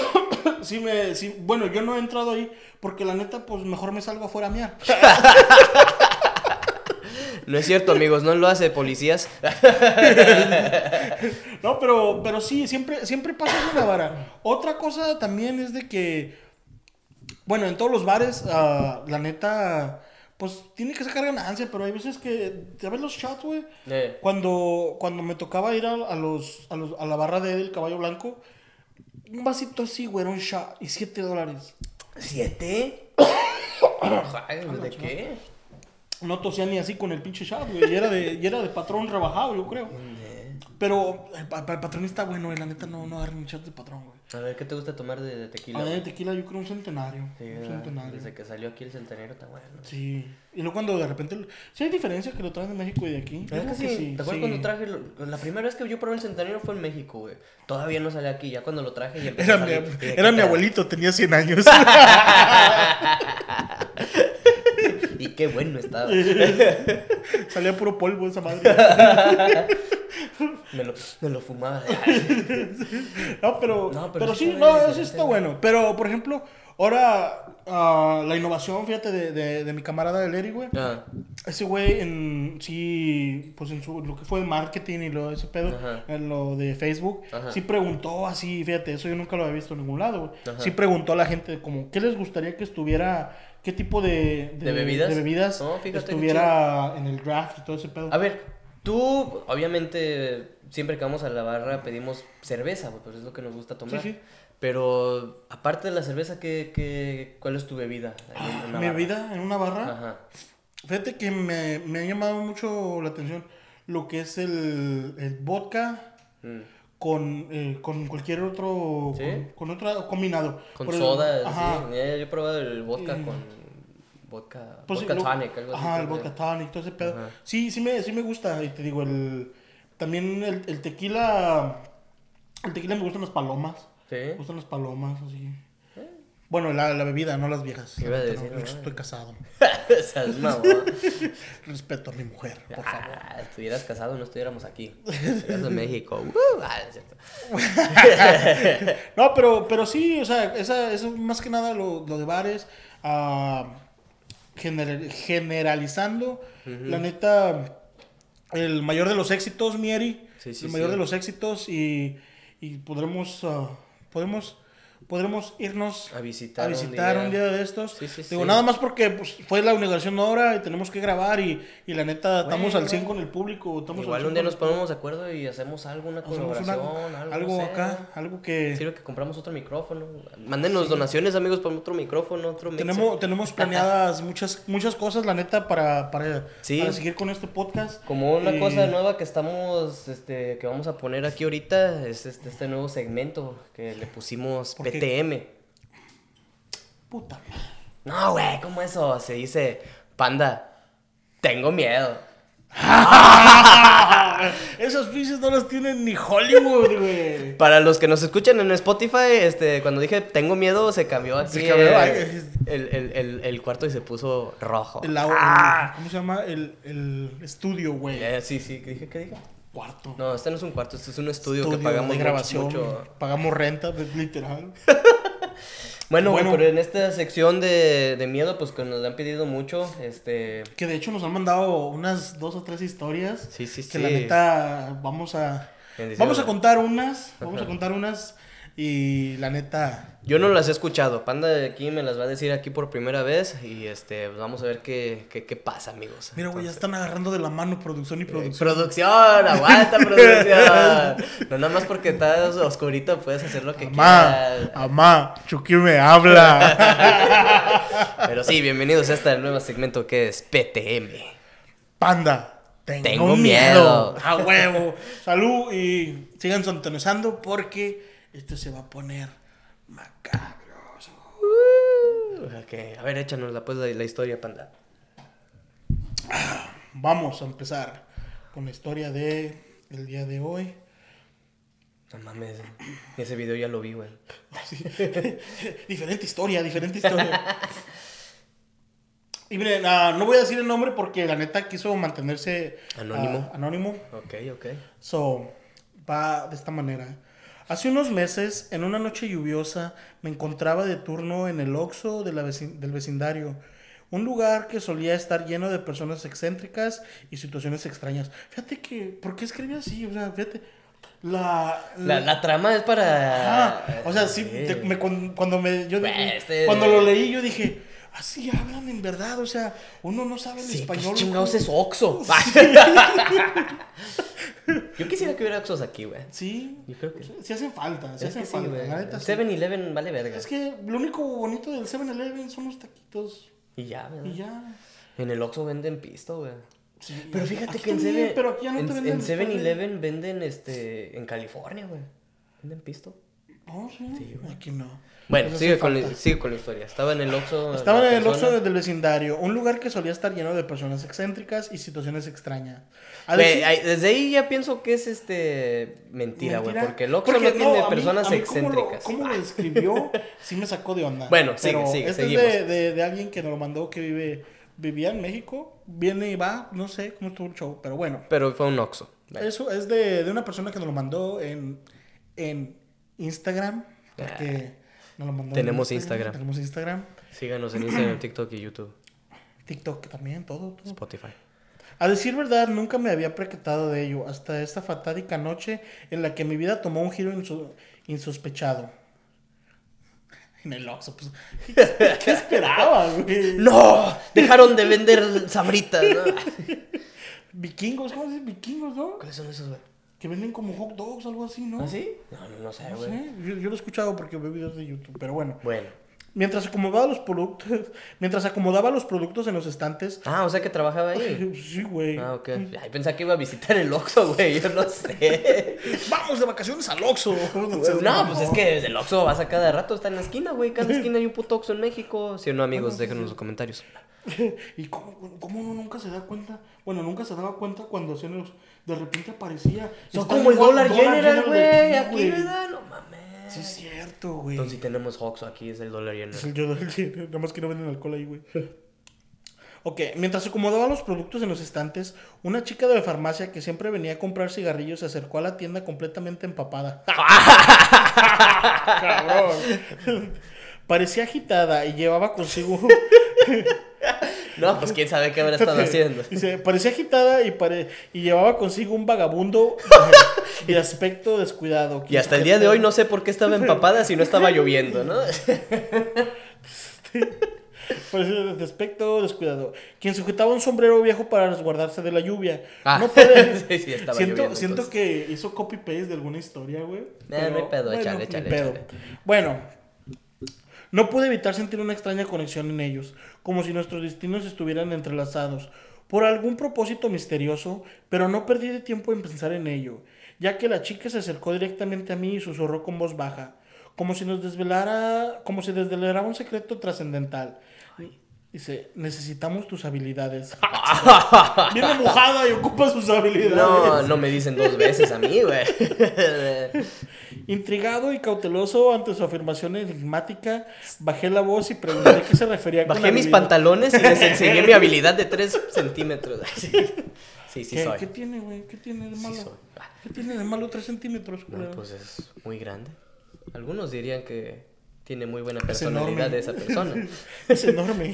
[SPEAKER 2] Sí me, sí, bueno, yo no he entrado ahí porque la neta, pues mejor me salgo afuera a miar.
[SPEAKER 1] No es cierto, amigos, no lo hace policías.
[SPEAKER 2] No, pero, pero sí, siempre, siempre pasa eso en la vara. Otra cosa también es de que, bueno, en todos los bares, ah, la neta, pues tiene que sacar ganancia, pero hay veces que, ¿sabes los shots, güey?
[SPEAKER 1] Eh,
[SPEAKER 2] Cuando, cuando me tocaba ir a, a los, a, los- a la barra de del caballo blanco, un vasito así, güey, era un shot y 7 dólares.
[SPEAKER 1] ¿Siete? Ay, ¿De qué?
[SPEAKER 2] No tosía ni así con el pinche shot, güey. Y era de, y era de patrón rebajado, yo creo. Pero el, pa- el patrón está bueno, y la neta no, no agarren shot de patrón, güey.
[SPEAKER 1] A ver, ¿qué te gusta tomar de, de tequila?
[SPEAKER 2] A ver,
[SPEAKER 1] güey?
[SPEAKER 2] tequila yo creo un centenario.
[SPEAKER 1] Sí,
[SPEAKER 2] un
[SPEAKER 1] ¿verdad?
[SPEAKER 2] centenario.
[SPEAKER 1] desde que salió aquí el centenario está bueno.
[SPEAKER 2] Sí. Y luego cuando de repente... Sí hay diferencias que lo traen de México y de aquí. Yo
[SPEAKER 1] ¿Verdad
[SPEAKER 2] creo
[SPEAKER 1] que sí? ¿Te acuerdas
[SPEAKER 2] sí.
[SPEAKER 1] cuando traje? lo- La primera vez que yo probé el centenario fue en México, güey. Todavía no salía aquí, ya cuando lo traje y empezó
[SPEAKER 2] Era,
[SPEAKER 1] a
[SPEAKER 2] mi,
[SPEAKER 1] salir. Y de
[SPEAKER 2] era
[SPEAKER 1] que
[SPEAKER 2] mi
[SPEAKER 1] te-
[SPEAKER 2] abuelito, tenía 100 años.
[SPEAKER 1] Y qué bueno estaba.
[SPEAKER 2] Salía puro polvo esa madre.
[SPEAKER 1] Me lo, me lo fumaba.
[SPEAKER 2] No, pero,
[SPEAKER 1] No, pero
[SPEAKER 2] pero,
[SPEAKER 1] sí
[SPEAKER 2] sí,
[SPEAKER 1] está
[SPEAKER 2] no,
[SPEAKER 1] bien,
[SPEAKER 2] eso
[SPEAKER 1] sí
[SPEAKER 2] está
[SPEAKER 1] está bien.
[SPEAKER 2] bueno. Pero, por ejemplo, ahora ah, la innovación, fíjate, de, de, de mi camarada del Eri, güey.
[SPEAKER 1] Ah,
[SPEAKER 2] Ese güey, en, sí, pues en su, lo que fue marketing y lo de ese pedo,
[SPEAKER 1] Ajá.
[SPEAKER 2] en lo de Facebook,
[SPEAKER 1] Ajá.
[SPEAKER 2] sí preguntó así, fíjate, eso yo nunca lo había visto en ningún lado, güey.
[SPEAKER 1] Ajá.
[SPEAKER 2] Sí preguntó a la gente, como, ¿qué les gustaría que estuviera, qué tipo de,
[SPEAKER 1] ¿De bebidas?
[SPEAKER 2] de bebidas
[SPEAKER 1] No, fíjate qué Ah,
[SPEAKER 2] estuviera en el draft y todo ese pedo?
[SPEAKER 1] a ver, tú, obviamente, siempre que vamos a la barra pedimos cerveza, güey, pues es lo que nos gusta tomar.
[SPEAKER 2] Sí, sí.
[SPEAKER 1] Pero, aparte de la cerveza, ¿qué, qué, ¿cuál es tu bebida? ahí en- en la
[SPEAKER 2] Ah, Mi
[SPEAKER 1] barra?
[SPEAKER 2] vida en una barra.
[SPEAKER 1] Ajá.
[SPEAKER 2] Fíjate que me, me ha llamado mucho la atención lo que es el, el vodka
[SPEAKER 1] Mm.
[SPEAKER 2] con, eh, con cualquier otro
[SPEAKER 1] ¿Sí?
[SPEAKER 2] con, con otro combinado.
[SPEAKER 1] Con
[SPEAKER 2] Por el-
[SPEAKER 1] soda,
[SPEAKER 2] ajá.
[SPEAKER 1] sí. Eh, Yo he probado el vodka
[SPEAKER 2] Eh,
[SPEAKER 1] con vodka,
[SPEAKER 2] Pues sí,
[SPEAKER 1] vodka
[SPEAKER 2] lo-
[SPEAKER 1] tonic, algo así.
[SPEAKER 2] Ajá, el
[SPEAKER 1] creo que-
[SPEAKER 2] vodka tonic, todo ese pedo.
[SPEAKER 1] Ajá.
[SPEAKER 2] Sí, sí me, sí me gusta. Y te digo, el también el, el tequila. El tequila me gustan las palomas. Me
[SPEAKER 1] Sí.
[SPEAKER 2] gustan las palomas, así. Bueno, la, la bebida, no las viejas.
[SPEAKER 1] ¿Eh? Iba a
[SPEAKER 2] No,
[SPEAKER 1] decir,
[SPEAKER 2] no,
[SPEAKER 1] ¿no?
[SPEAKER 2] estoy casado.
[SPEAKER 1] Seas mamón.
[SPEAKER 2] Pues Respeto a mi mujer, por favor.
[SPEAKER 1] Ah, estuvieras casado, no estuviéramos aquí. Estás en México. Uh, ah, es cierto.
[SPEAKER 2] No, pero, pero sí, o sea, esa, eso más que nada lo, lo de bares, ah, gener- generalizando, la neta, el mayor de los éxitos, Mieri,
[SPEAKER 1] Sí, sí,
[SPEAKER 2] el mayor
[SPEAKER 1] sí.
[SPEAKER 2] de los éxitos y, y podremos, ah, podremos, podremos irnos
[SPEAKER 1] A visitar
[SPEAKER 2] a
[SPEAKER 1] un
[SPEAKER 2] visitar un
[SPEAKER 1] día.
[SPEAKER 2] día, de estos.
[SPEAKER 1] Sí, sí,
[SPEAKER 2] Digo,
[SPEAKER 1] sí.
[SPEAKER 2] nada más porque pues, fue la inauguración ahora y tenemos que grabar y, y la neta estamos
[SPEAKER 1] Bueno.
[SPEAKER 2] al 100 con el público. Estamos al
[SPEAKER 1] Igual
[SPEAKER 2] 100
[SPEAKER 1] un día
[SPEAKER 2] con-
[SPEAKER 1] nos ponemos de acuerdo y hacemos algo, una
[SPEAKER 2] hacemos una-
[SPEAKER 1] colaboración, algo,
[SPEAKER 2] algo
[SPEAKER 1] no sé.
[SPEAKER 2] acá, algo que...
[SPEAKER 1] Sirve que compramos otro micrófono. Mándenos donaciones, amigos, para otro micrófono, otro mixer.
[SPEAKER 2] Tenemos, tenemos planeadas muchas, muchas cosas, la neta, para, para,
[SPEAKER 1] Sí.
[SPEAKER 2] para seguir con este podcast.
[SPEAKER 1] Como una
[SPEAKER 2] Y-
[SPEAKER 1] cosa nueva que estamos, este, que vamos a poner aquí ahorita, es este, este nuevo segmento que le pusimos
[SPEAKER 2] Porque-
[SPEAKER 1] PTM.
[SPEAKER 2] Puta madre.
[SPEAKER 1] No, güey, ¿cómo eso? Se dice, panda, tengo miedo.
[SPEAKER 2] Esas fichas no las tienen ni Hollywood, güey.
[SPEAKER 1] Para los que nos escuchan en Spotify, este, cuando dije tengo miedo, se cambió aquí
[SPEAKER 2] Se cambió,
[SPEAKER 1] eh,
[SPEAKER 2] ay.
[SPEAKER 1] el, el- el- el cuarto y se puso rojo.
[SPEAKER 2] El, au- el- ¿Cómo se llama? El, el estudio, güey.
[SPEAKER 1] Ah. Eh, sí, sí, ¿qué dije? ¿Qué dije?
[SPEAKER 2] Cuarto.
[SPEAKER 1] No, este no es un cuarto, este es un estudio,
[SPEAKER 2] Estudio
[SPEAKER 1] que pagamos
[SPEAKER 2] de
[SPEAKER 1] mucho-
[SPEAKER 2] grabación.
[SPEAKER 1] mucho.
[SPEAKER 2] Pagamos renta, literal.
[SPEAKER 1] Bueno, güey,
[SPEAKER 2] Bueno.
[SPEAKER 1] pero en esta sección de, de miedo, pues que nos la han pedido mucho, este...
[SPEAKER 2] Que de hecho nos han mandado unas dos o tres historias.
[SPEAKER 1] Sí, sí,
[SPEAKER 2] Que la
[SPEAKER 1] sí.
[SPEAKER 2] neta vamos a.
[SPEAKER 1] Bendiciones.
[SPEAKER 2] Vamos a contar unas. Vamos a contar unas. Y la neta.
[SPEAKER 1] Yo no las he escuchado, Panda de aquí me las va a decir aquí por primera vez y este, pues, vamos a ver qué, qué, qué pasa, amigos. eh,
[SPEAKER 2] Mira, güey, ya están agarrando de la mano producción y producción.
[SPEAKER 1] Producción, aguanta producción. No nada más porque estás oscurito puedes hacer lo que
[SPEAKER 2] Amá,
[SPEAKER 1] quieras.
[SPEAKER 2] amá, Chucky me habla.
[SPEAKER 1] Pero sí, bienvenidos a este nuevo segmento que es PTM.
[SPEAKER 2] Panda, tengo,
[SPEAKER 1] Tengo
[SPEAKER 2] miedo.
[SPEAKER 1] miedo.
[SPEAKER 2] A huevo. Salud y sigan sintonizando porque esto se va a poner macabroso.
[SPEAKER 1] Ok, A ver, échanos la, pues, la, la historia, Panda.
[SPEAKER 2] Vamos a empezar con la historia de el día de hoy.
[SPEAKER 1] No mames, ese video ya lo vi, güey.
[SPEAKER 2] Sí. diferente historia, diferente historia. Y miren, ah, no voy a decir el nombre porque la neta quiso mantenerse ah,
[SPEAKER 1] Anónimo.
[SPEAKER 2] anónimo.
[SPEAKER 1] Ok, ok.
[SPEAKER 2] So, va de esta manera. Hace unos meses, en una noche lluviosa, me encontraba de turno en el Oxxo de la vecin- del vecindario. Un lugar que solía estar lleno de personas excéntricas y situaciones extrañas. Fíjate que, ¿por qué escribe así? O sea, fíjate. La...
[SPEAKER 1] La, la trama es para...
[SPEAKER 2] Ah, Mm. o sea, sí, te- me- cuan- cuando me... yo-
[SPEAKER 1] Bueno, este-
[SPEAKER 2] Cuando lo leí, yo dije, así hablan en verdad, o sea, uno no sabe el
[SPEAKER 1] Sí,
[SPEAKER 2] español.
[SPEAKER 1] ¿qué
[SPEAKER 2] loco.
[SPEAKER 1] chingados es Oxxo? Yo quisiera que hubiera Oxxos aquí, güey.
[SPEAKER 2] Sí,
[SPEAKER 1] Yo creo que...
[SPEAKER 2] sí hacen falta, sí
[SPEAKER 1] Es que
[SPEAKER 2] hacen
[SPEAKER 1] sí,
[SPEAKER 2] falta.
[SPEAKER 1] güey.
[SPEAKER 2] la neta, sí.
[SPEAKER 1] 7-Eleven vale verga.
[SPEAKER 2] Es que lo único bonito del 7-Eleven son los taquitos.
[SPEAKER 1] Y ya, ¿verdad?
[SPEAKER 2] Y ya.
[SPEAKER 1] En el Oxxo venden pisto, güey.
[SPEAKER 2] Sí,
[SPEAKER 1] Pero fíjate
[SPEAKER 2] aquí
[SPEAKER 1] que en
[SPEAKER 2] también,
[SPEAKER 1] 7
[SPEAKER 2] Pero aquí ya no te venden.
[SPEAKER 1] en
[SPEAKER 2] después de-
[SPEAKER 1] 7-Eleven venden este en California, güey. Venden pisto.
[SPEAKER 2] No, sí. aquí no. ah,
[SPEAKER 1] Bueno,
[SPEAKER 2] Eso
[SPEAKER 1] sigue
[SPEAKER 2] hace
[SPEAKER 1] con,
[SPEAKER 2] falta.
[SPEAKER 1] la- sigue con la historia. Estaba en el Oxxo. la
[SPEAKER 2] Estaba en el
[SPEAKER 1] persona.
[SPEAKER 2] oxo del vecindario, un lugar que solía estar lleno de personas excéntricas y situaciones extrañas. A
[SPEAKER 1] Güey,
[SPEAKER 2] decir-
[SPEAKER 1] ay, desde ahí ya pienso que es este mentira, güey, porque el Oxxo no
[SPEAKER 2] Porque
[SPEAKER 1] tiene
[SPEAKER 2] a mí-
[SPEAKER 1] personas
[SPEAKER 2] a mí cómo lo-
[SPEAKER 1] excéntricas. Ah.
[SPEAKER 2] ¿Cómo lo describió? Sí me sacó de onda.
[SPEAKER 1] Bueno, sigue,
[SPEAKER 2] Pero
[SPEAKER 1] sigue,
[SPEAKER 2] este es de,
[SPEAKER 1] seguimos.
[SPEAKER 2] de- de alguien que nos lo mandó que vive, vivía en México, viene y va, no sé cómo estuvo el show, pero bueno.
[SPEAKER 1] Pero fue un Oxxo. Bueno.
[SPEAKER 2] Eso es de, de una persona que nos lo mandó en, en Instagram. Porque nos lo mandó en
[SPEAKER 1] Ah. Tenemos Instagram.
[SPEAKER 2] Tenemos Instagram.
[SPEAKER 1] Síganos en Instagram, TikTok y YouTube,
[SPEAKER 2] TikTok también, todo, todo.
[SPEAKER 1] Spotify.
[SPEAKER 2] A decir verdad, nunca me había percatado de ello, hasta esta fatídica noche en la que mi vida tomó un giro inso- insospechado. En el Oxxo, pues, ¿qué, qué esperaba, güey?
[SPEAKER 1] ¡No! Dejaron de vender sabritas. ¿no?
[SPEAKER 2] Vikingos, ¿cómo se dice? Vikingos, ¿no?
[SPEAKER 1] ¿Cuáles son esos, güey?
[SPEAKER 2] Que venden como hot dogs, algo así, ¿no?
[SPEAKER 1] ¿Ah, sí? No, no, no sé,
[SPEAKER 2] No
[SPEAKER 1] güey.
[SPEAKER 2] sé, yo, yo lo he escuchado porque veo videos de YouTube, pero bueno.
[SPEAKER 1] Bueno.
[SPEAKER 2] Mientras acomodaba los productos, mientras acomodaba los productos en los estantes,
[SPEAKER 1] Ah, o sea que trabajaba ahí.
[SPEAKER 2] sí, güey.
[SPEAKER 1] Ah, ok. Ay, pensaba que iba a visitar el Oxxo, güey. Yo no sé.
[SPEAKER 2] Vamos de vacaciones al Oxxo.
[SPEAKER 1] No, pues es que desde el Oxxo vas a cada rato. Está en la esquina, güey. Cada esquina hay un puto Oxxo en México. Si o no,
[SPEAKER 2] Ah,
[SPEAKER 1] amigos, déjenos en los comentarios.
[SPEAKER 2] ¿Y cómo, cómo uno nunca se da cuenta? Bueno, nunca se daba cuenta cuando hacían los- de repente aparecía.
[SPEAKER 1] Son
[SPEAKER 2] Está
[SPEAKER 1] como el
[SPEAKER 2] Dol-
[SPEAKER 1] dólar general, güey.
[SPEAKER 2] de
[SPEAKER 1] Aquí,
[SPEAKER 2] güey.
[SPEAKER 1] ¿verdad? No mames.
[SPEAKER 2] Sí, es cierto, güey.
[SPEAKER 1] Entonces, si tenemos Oxxo aquí, es el dólar general.
[SPEAKER 2] Es el yo nada más que no venden alcohol ahí, güey. Ok, mientras acomodaba los productos en los estantes, una chica de la farmacia que siempre venía a comprar cigarrillos se acercó a la tienda completamente empapada. Cabrón. Parecía agitada y llevaba consigo.
[SPEAKER 1] No, pues quién sabe qué habrá estado haciendo.
[SPEAKER 2] Dice, parecía agitada y, pare- y llevaba consigo un vagabundo. y aspecto descuidado.
[SPEAKER 1] Y hasta el día de hoy no sé por qué estaba empapada si no estaba lloviendo, ¿no?
[SPEAKER 2] Pues de aspecto descuidado. Quien sujetaba un sombrero viejo para resguardarse de la lluvia.
[SPEAKER 1] Ah,
[SPEAKER 2] no puede.
[SPEAKER 1] sí, sí, estaba
[SPEAKER 2] siento,
[SPEAKER 1] lloviendo,
[SPEAKER 2] siento
[SPEAKER 1] entonces. Eh,
[SPEAKER 2] que hizo copy-paste de alguna historia, güey. pero,
[SPEAKER 1] no hay pedo, échale,
[SPEAKER 2] ni
[SPEAKER 1] échale, échale.
[SPEAKER 2] Bueno, no pude evitar sentir una extraña conexión en ellos, como si nuestros destinos estuvieran entrelazados, por algún propósito misterioso, pero no perdí de tiempo en pensar en ello, ya que la chica se acercó directamente a mí y susurró con voz baja, como si nos desvelara, como si desvelara un secreto trascendental. Dice, necesitamos tus habilidades. Viene mojada y ocupa sus habilidades.
[SPEAKER 1] No, no me dicen dos veces a mí, güey.
[SPEAKER 2] Intrigado y cauteloso ante su afirmación enigmática, bajé la voz y pregunté a qué se refería con
[SPEAKER 1] Bajé mis
[SPEAKER 2] habilidad.
[SPEAKER 1] pantalones y les enseñé mi habilidad de 3 centímetros. Sí, sí, sí
[SPEAKER 2] ¿Qué,
[SPEAKER 1] soy.
[SPEAKER 2] qué tiene, güey? ¿Qué tiene de malo?
[SPEAKER 1] soy.
[SPEAKER 2] ¿Qué tiene de malo 3 centímetros,
[SPEAKER 1] No,
[SPEAKER 2] culero?
[SPEAKER 1] pues es muy grande. Algunos dirían que tiene muy buena
[SPEAKER 2] Es enorme.
[SPEAKER 1] personalidad de esa persona.
[SPEAKER 2] Es enorme.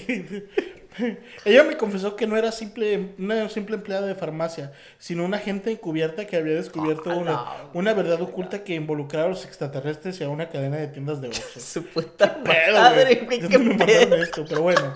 [SPEAKER 2] Ella me confesó que no era simple, una simple empleada de farmacia, sino una agente encubierta que había descubierto
[SPEAKER 1] Ah,
[SPEAKER 2] una,
[SPEAKER 1] la
[SPEAKER 2] una verdad oculta que involucraba a los extraterrestres y a una cadena de tiendas de Oxxo.
[SPEAKER 1] Su puta
[SPEAKER 2] pedo,
[SPEAKER 1] madre,
[SPEAKER 2] güey.
[SPEAKER 1] güey,
[SPEAKER 2] Ya
[SPEAKER 1] qué
[SPEAKER 2] no me mandaron
[SPEAKER 1] pedo.
[SPEAKER 2] esto, pero bueno.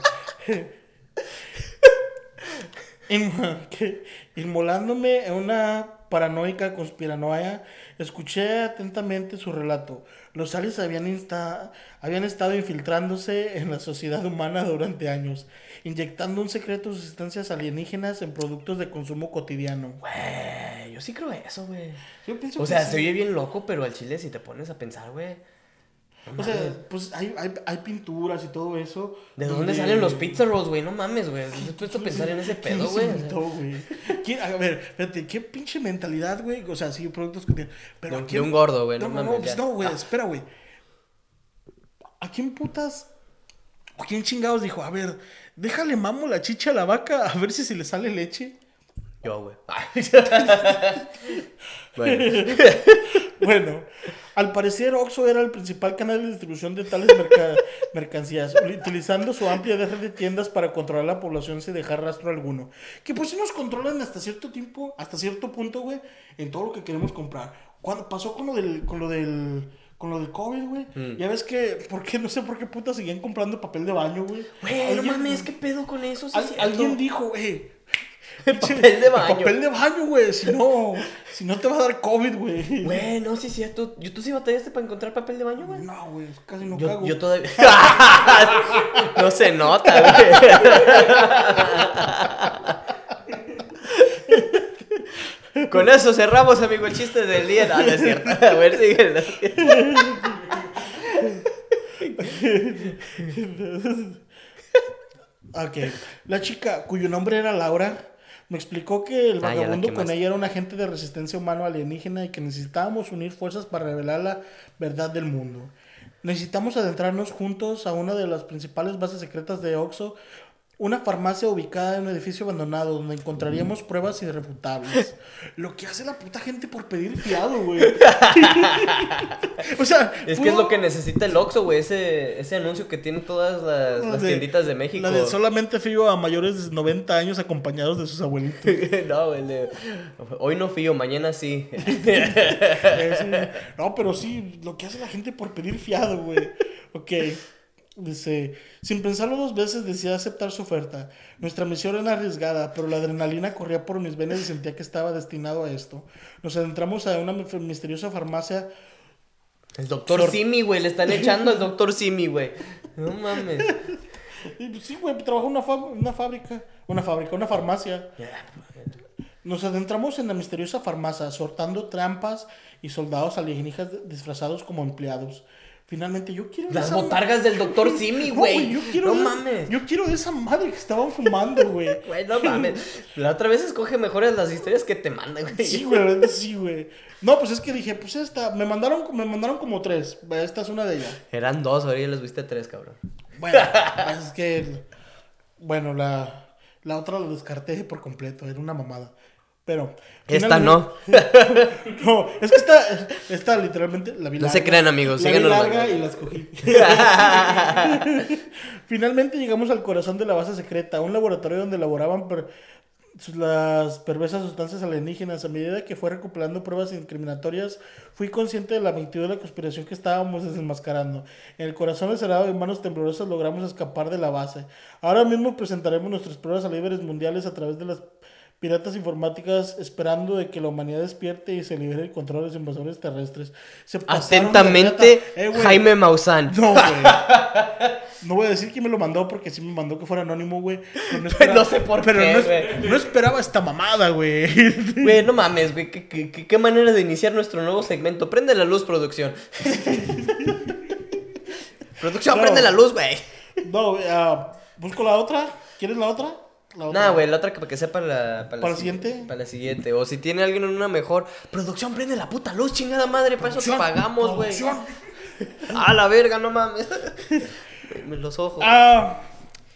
[SPEAKER 2] Inmo- que- Inmolándome en una paranoica conspiranoia, escuché atentamente su relato. Los aliens habían, insta- habían estado infiltrándose en la sociedad humana durante años, inyectando un secreto de sustancias alienígenas en productos de consumo cotidiano.
[SPEAKER 1] Güey, yo sí creo eso, güey.
[SPEAKER 2] Yo pienso
[SPEAKER 1] O
[SPEAKER 2] que
[SPEAKER 1] sea,
[SPEAKER 2] sí.
[SPEAKER 1] se oye bien loco, pero al chile si te pones a pensar, güey. no
[SPEAKER 2] O sea,
[SPEAKER 1] mames.
[SPEAKER 2] pues hay, hay- hay pinturas y todo eso.
[SPEAKER 1] ¿De
[SPEAKER 2] donde-
[SPEAKER 1] dónde salen los pizza rolls, güey? No mames, güey. ¿Te has puesto a pensar en ese
[SPEAKER 2] ¿Quién
[SPEAKER 1] pedo,
[SPEAKER 2] los
[SPEAKER 1] güey? O sea,
[SPEAKER 2] inventó, güey? ¿Quién- A ver, espérate, qué pinche mentalidad, güey. O sea, sí, productos que tienen. Pero
[SPEAKER 1] De-
[SPEAKER 2] ¿a
[SPEAKER 1] de un gordo, güey,
[SPEAKER 2] No,
[SPEAKER 1] no
[SPEAKER 2] no, no,
[SPEAKER 1] mames,
[SPEAKER 2] pues
[SPEAKER 1] ya. Ah.
[SPEAKER 2] no, güey, espera, güey. ¿A quién putas? ¿O quién chingados dijo, a ver, déjale mamo la chicha a la vaca a ver si se le sale leche?
[SPEAKER 1] Yo, güey. bueno,
[SPEAKER 2] Bueno, al parecer Oxxo era el principal canal de distribución de tales merca- mercancías, uli- utilizando su amplia red de tiendas para controlar la población sin dejar rastro alguno. Que pues sí nos controlan hasta cierto tiempo, hasta cierto punto, güey, en todo lo que queremos comprar. Cuando pasó con lo del, con lo del, con lo del COVID, güey,
[SPEAKER 1] Mm.
[SPEAKER 2] ya ves que, ¿por qué? No sé por qué puta seguían comprando papel de baño, güey.
[SPEAKER 1] güey, no
[SPEAKER 2] Alguien-
[SPEAKER 1] mames, ¿qué pedo con eso? Sí,
[SPEAKER 2] al-
[SPEAKER 1] es cierto.
[SPEAKER 2] alguien dijo, güey.
[SPEAKER 1] papel de baño.
[SPEAKER 2] Papel de baño, güey. Si no, si no te va a dar COVID, güey.
[SPEAKER 1] Güey, no, sí es cierto. ¿Yo tú sí batallaste para encontrar papel de baño, güey?
[SPEAKER 2] No, güey, casi no
[SPEAKER 1] Yo,
[SPEAKER 2] cago.
[SPEAKER 1] yo todavía. no se nota, güey. Con eso cerramos, amigo, el chiste del día. No, no es cierto. A ver, síguelo.
[SPEAKER 2] Ah, Ok. La chica, cuyo nombre era Laura, me explicó que el
[SPEAKER 1] Ah, ya la
[SPEAKER 2] vagabundo con
[SPEAKER 1] quemaste.
[SPEAKER 2] ella era un agente de resistencia humano alienígena y que necesitábamos unir fuerzas para revelar la verdad del mundo. Necesitamos adentrarnos juntos a una de las principales bases secretas de Oxo, una farmacia ubicada en un edificio abandonado donde encontraríamos
[SPEAKER 1] Mm.
[SPEAKER 2] pruebas irrefutables. Lo que hace la puta gente por pedir fiado, güey. o sea,
[SPEAKER 1] Es que
[SPEAKER 2] puro-
[SPEAKER 1] es lo que necesita el Oxxo, güey. Ese, ese anuncio que tienen todas las, las
[SPEAKER 2] de-
[SPEAKER 1] tienditas de México.
[SPEAKER 2] La de solamente fío a mayores de 90 años acompañados de sus abuelitos.
[SPEAKER 1] no, güey. de- Hoy no fío, mañana sí.
[SPEAKER 2] Ese- no, pero sí, lo que hace la gente por pedir fiado, güey. Ok. Dice, sin pensarlo dos veces decidí aceptar su oferta. Nuestra misión era arriesgada, pero la adrenalina corría por mis venas y sentía que estaba destinado a esto. Nos adentramos a una misteriosa farmacia
[SPEAKER 1] El doctor
[SPEAKER 2] Sor-
[SPEAKER 1] Simi, güey. Le están echando al doctor Simi, güey. No mames.
[SPEAKER 2] Y pues sí, güey, trabajo en una, fab- una fábrica. Una fábrica, una farmacia. Nos adentramos en la misteriosa farmacia, sortando trampas y soldados alienígenas disfrazados como empleados. Finalmente, yo quiero.
[SPEAKER 1] Las
[SPEAKER 2] esa ma-
[SPEAKER 1] botargas del doctor Simi,
[SPEAKER 2] No,
[SPEAKER 1] güey.
[SPEAKER 2] yo
[SPEAKER 1] No,
[SPEAKER 2] quiero de-
[SPEAKER 1] mames.
[SPEAKER 2] Yo quiero de esa madre que estaban fumando, güey.
[SPEAKER 1] Güey, no mames. La otra vez escoge mejores las historias que te mandan, güey.
[SPEAKER 2] Sí, güey, la neta sí, güey. No, pues es que dije, pues esta, me mandaron, me mandaron como tres. Esta es una de ellas.
[SPEAKER 1] Eran dos, ahora ya les viste tres, cabrón.
[SPEAKER 2] Bueno, pues es que. Bueno, la, la otra la descarté por completo. Era una mamada. Pero.
[SPEAKER 1] Esta no.
[SPEAKER 2] No, es que esta, esta literalmente la vi
[SPEAKER 1] No se crean, amigos,
[SPEAKER 2] La vi
[SPEAKER 1] síganos
[SPEAKER 2] larga
[SPEAKER 1] mandando.
[SPEAKER 2] y la escogí. Finalmente llegamos al corazón de la base secreta, un laboratorio donde elaboraban per- las perversas sustancias alienígenas. A medida que fue recopilando pruebas incriminatorias, fui consciente de la magnitud de la conspiración que estábamos desenmascarando. En el corazón encerrado y manos temblorosas logramos escapar de la base. Ahora mismo presentaremos nuestras pruebas a líderes mundiales a través de las piratas informáticas esperando de que la humanidad despierte y se libere el control de los invasores terrestres. Se pasaron de
[SPEAKER 1] Atentamente,
[SPEAKER 2] reata. Eh, güey,
[SPEAKER 1] Jaime Maussan.
[SPEAKER 2] No, güey. No voy a decir quién me lo mandó porque sí me mandó que fuera anónimo, güey. Pero no, esperaba-
[SPEAKER 1] no sé por
[SPEAKER 2] pero
[SPEAKER 1] qué,
[SPEAKER 2] no es-
[SPEAKER 1] güey.
[SPEAKER 2] no esperaba esta mamada, güey.
[SPEAKER 1] Güey, no mames, güey. ¿Qué, qué, qué- qué manera de iniciar nuestro nuevo segmento. Prende la luz, producción. producción,
[SPEAKER 2] No.
[SPEAKER 1] prende la luz, güey.
[SPEAKER 2] No, güey, ah, busco la otra. ¿Quieres la otra? La otra.
[SPEAKER 1] Nah, güey, la otra que, para que sea para la,
[SPEAKER 2] ¿Para la
[SPEAKER 1] si-
[SPEAKER 2] siguiente?
[SPEAKER 1] Para la siguiente. O si tiene alguien una mejor. Producción, prende la puta luz, chingada madre. Para eso te
[SPEAKER 2] Producción,
[SPEAKER 1] pagamos, güey.
[SPEAKER 2] producción.
[SPEAKER 1] A la verga, no mames. Me los ojos.
[SPEAKER 2] Ah,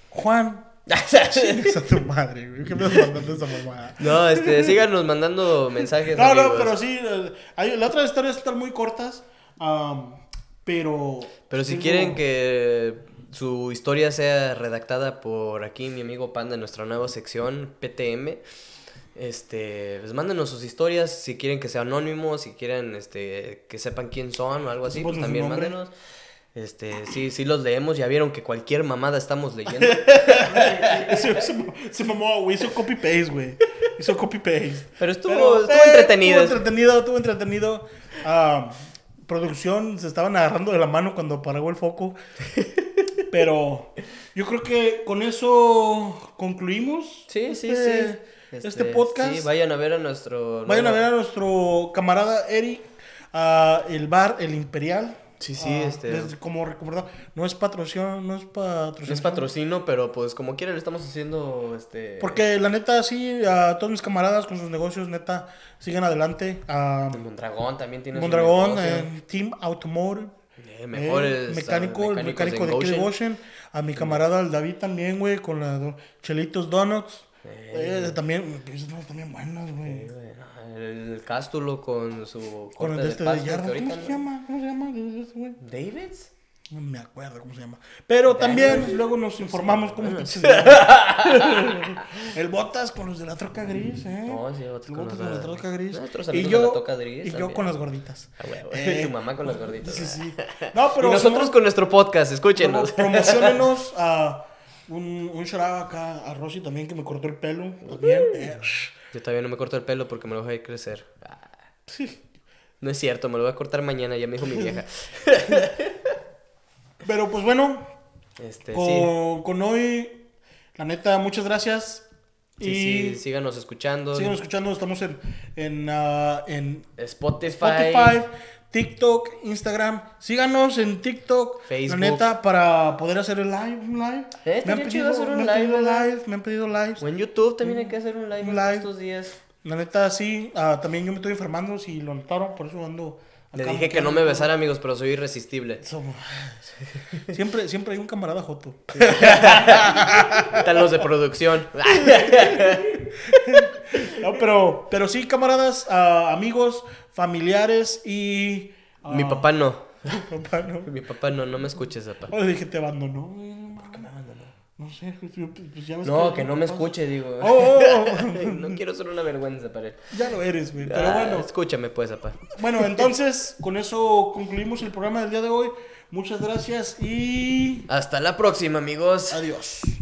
[SPEAKER 2] Juan. Chingas a tu madre, güey. ¿Qué me estás mandando esa mamada?
[SPEAKER 1] no, este, síganos mandando mensajes.
[SPEAKER 2] No, no,
[SPEAKER 1] amigos.
[SPEAKER 2] pero sí. eh, Hay, la otra historia están muy cortas. am, pero.
[SPEAKER 1] Pero si
[SPEAKER 2] tengo-
[SPEAKER 1] quieren que su historia sea redactada por aquí, mi amigo Panda, en nuestra nueva sección, PTM. Este, pues mándenos sus historias, si quieren que sea anónimo, si quieren este, que sepan quién son o algo así, pues
[SPEAKER 2] Pónganos su
[SPEAKER 1] también
[SPEAKER 2] nombre.
[SPEAKER 1] mándenos. Este, sí, sí los leemos, ya vieron que cualquier mamada estamos leyendo.
[SPEAKER 2] Se, se, se mamó, güey. Hizo copy-paste, güey. Hizo copy-paste.
[SPEAKER 1] Pero estuvo,
[SPEAKER 2] Pero,
[SPEAKER 1] estuvo
[SPEAKER 2] eh,
[SPEAKER 1] entretenido.
[SPEAKER 2] Estuvo entretenido, estuvo entretenido. Ah, producción, se estaban agarrando de la mano cuando apagó el foco. Pero yo creo que con eso concluimos.
[SPEAKER 1] Sí, sí,
[SPEAKER 2] este-
[SPEAKER 1] sí.
[SPEAKER 2] Este, podcast.
[SPEAKER 1] Sí, vayan a ver a nuestro.
[SPEAKER 2] Vayan a
[SPEAKER 1] nuevo-
[SPEAKER 2] ver a nuestro camarada Eric, a el bar El Imperial.
[SPEAKER 1] Sí, sí,
[SPEAKER 2] Ah,
[SPEAKER 1] este-
[SPEAKER 2] les- como recordar, no es patrocinio, no es patrocinio.
[SPEAKER 1] No es patrocino, pero pues como quieran, estamos haciendo este.
[SPEAKER 2] Porque la neta, sí, a todos mis camaradas con sus negocios, neta, sigan adelante. Ah, A
[SPEAKER 1] El Mondragón también tiene su
[SPEAKER 2] Mondragón,
[SPEAKER 1] negocio.
[SPEAKER 2] eh, Team Automotive.
[SPEAKER 1] Eh, mejores,
[SPEAKER 2] Eh,
[SPEAKER 1] ah,
[SPEAKER 2] mecánico, el
[SPEAKER 1] mecánicos
[SPEAKER 2] mecánico
[SPEAKER 1] en
[SPEAKER 2] de aquí de
[SPEAKER 1] Goshen.
[SPEAKER 2] Goshen. A mi camarada el David también, güey, con la do- Chelitos Donuts. Eh, también, pues, no, también buenas, güey.
[SPEAKER 1] Eh, El, el Cástulo con su
[SPEAKER 2] Con
[SPEAKER 1] corte
[SPEAKER 2] el
[SPEAKER 1] de
[SPEAKER 2] de este de
[SPEAKER 1] pasto que
[SPEAKER 2] Yardas.
[SPEAKER 1] ahorita
[SPEAKER 2] ¿Cómo se
[SPEAKER 1] no-
[SPEAKER 2] llama? Eh, ¿Cómo se llama? de ese güey?
[SPEAKER 1] ¿Davids?
[SPEAKER 2] No me acuerdo cómo se llama. Pero también luego nos informamos cómo se llama. El Botas con los de la troca gris, ¿eh?
[SPEAKER 1] No, sí,
[SPEAKER 2] el
[SPEAKER 1] Botas
[SPEAKER 2] Botas
[SPEAKER 1] con los
[SPEAKER 2] con
[SPEAKER 1] de-
[SPEAKER 2] la troca gris.
[SPEAKER 1] Nuestros
[SPEAKER 2] Y
[SPEAKER 1] amigos de la
[SPEAKER 2] yo,
[SPEAKER 1] troca gris
[SPEAKER 2] y yo
[SPEAKER 1] también.
[SPEAKER 2] con las gorditas.
[SPEAKER 1] Ah, güey,
[SPEAKER 2] Eh,
[SPEAKER 1] güey, tu mamá con los gorditos. ¿verdad?
[SPEAKER 2] Sí, sí. No, pero
[SPEAKER 1] y nosotros
[SPEAKER 2] somos-
[SPEAKER 1] con nuestro podcast, escúchenos.
[SPEAKER 2] Promo- Promocionenos a un, un shout out acá a Rosy también que me cortó el pelo. También.
[SPEAKER 1] Mm.
[SPEAKER 2] Eh,
[SPEAKER 1] Yo todavía no me corto el pelo porque me lo voy a crecer. Ah,
[SPEAKER 2] sí.
[SPEAKER 1] No es cierto, me lo voy a cortar mañana, ya me dijo mi vieja.
[SPEAKER 2] Pero pues bueno,
[SPEAKER 1] Este, sí.
[SPEAKER 2] con, con hoy, la neta, muchas gracias.
[SPEAKER 1] Sí,
[SPEAKER 2] y
[SPEAKER 1] sí, síganos escuchando.
[SPEAKER 2] sigan escuchando, estamos en, en, ah, en
[SPEAKER 1] Spotify.
[SPEAKER 2] Spotify, TikTok, Instagram. Síganos en TikTok.
[SPEAKER 1] Facebook.
[SPEAKER 2] La neta, para poder hacer el live. Un live.
[SPEAKER 1] Eh, estaría chido hacer un
[SPEAKER 2] me han
[SPEAKER 1] live,
[SPEAKER 2] pedido
[SPEAKER 1] ¿verdad?
[SPEAKER 2] live, me han pedido lives.
[SPEAKER 1] O en YouTube también hay que hacer un live,
[SPEAKER 2] Un live.
[SPEAKER 1] estos días.
[SPEAKER 2] La neta, sí. ah, también yo me estoy enfermando, si lo notaron, por eso ando...
[SPEAKER 1] Le
[SPEAKER 2] acá
[SPEAKER 1] dije que no me besara, amigos, pero soy irresistible.
[SPEAKER 2] Somos- Siempre, siempre hay un camarada joto.
[SPEAKER 1] Están los de producción. Ah,
[SPEAKER 2] No, pero, pero sí, camaradas, ah, amigos, familiares y... ah,
[SPEAKER 1] Mi papá no.
[SPEAKER 2] papá, no.
[SPEAKER 1] Mi papá no, no me escuches, papá.
[SPEAKER 2] Oh, le dije, te abandonó. ¿Por qué me abandonó? No sé, pues, yo- pues, ya ves
[SPEAKER 1] No, que no me
[SPEAKER 2] pasa.
[SPEAKER 1] escuche, digo.
[SPEAKER 2] Oh, oh, oh.
[SPEAKER 1] No quiero ser una vergüenza para él.
[SPEAKER 2] ya lo eres, güey. Pero
[SPEAKER 1] Ah,
[SPEAKER 2] bueno.
[SPEAKER 1] Escúchame, pues, papá.
[SPEAKER 2] Bueno, entonces, con eso concluimos el programa del día de hoy. Muchas gracias y...
[SPEAKER 1] Hasta la próxima, amigos.
[SPEAKER 2] Adiós.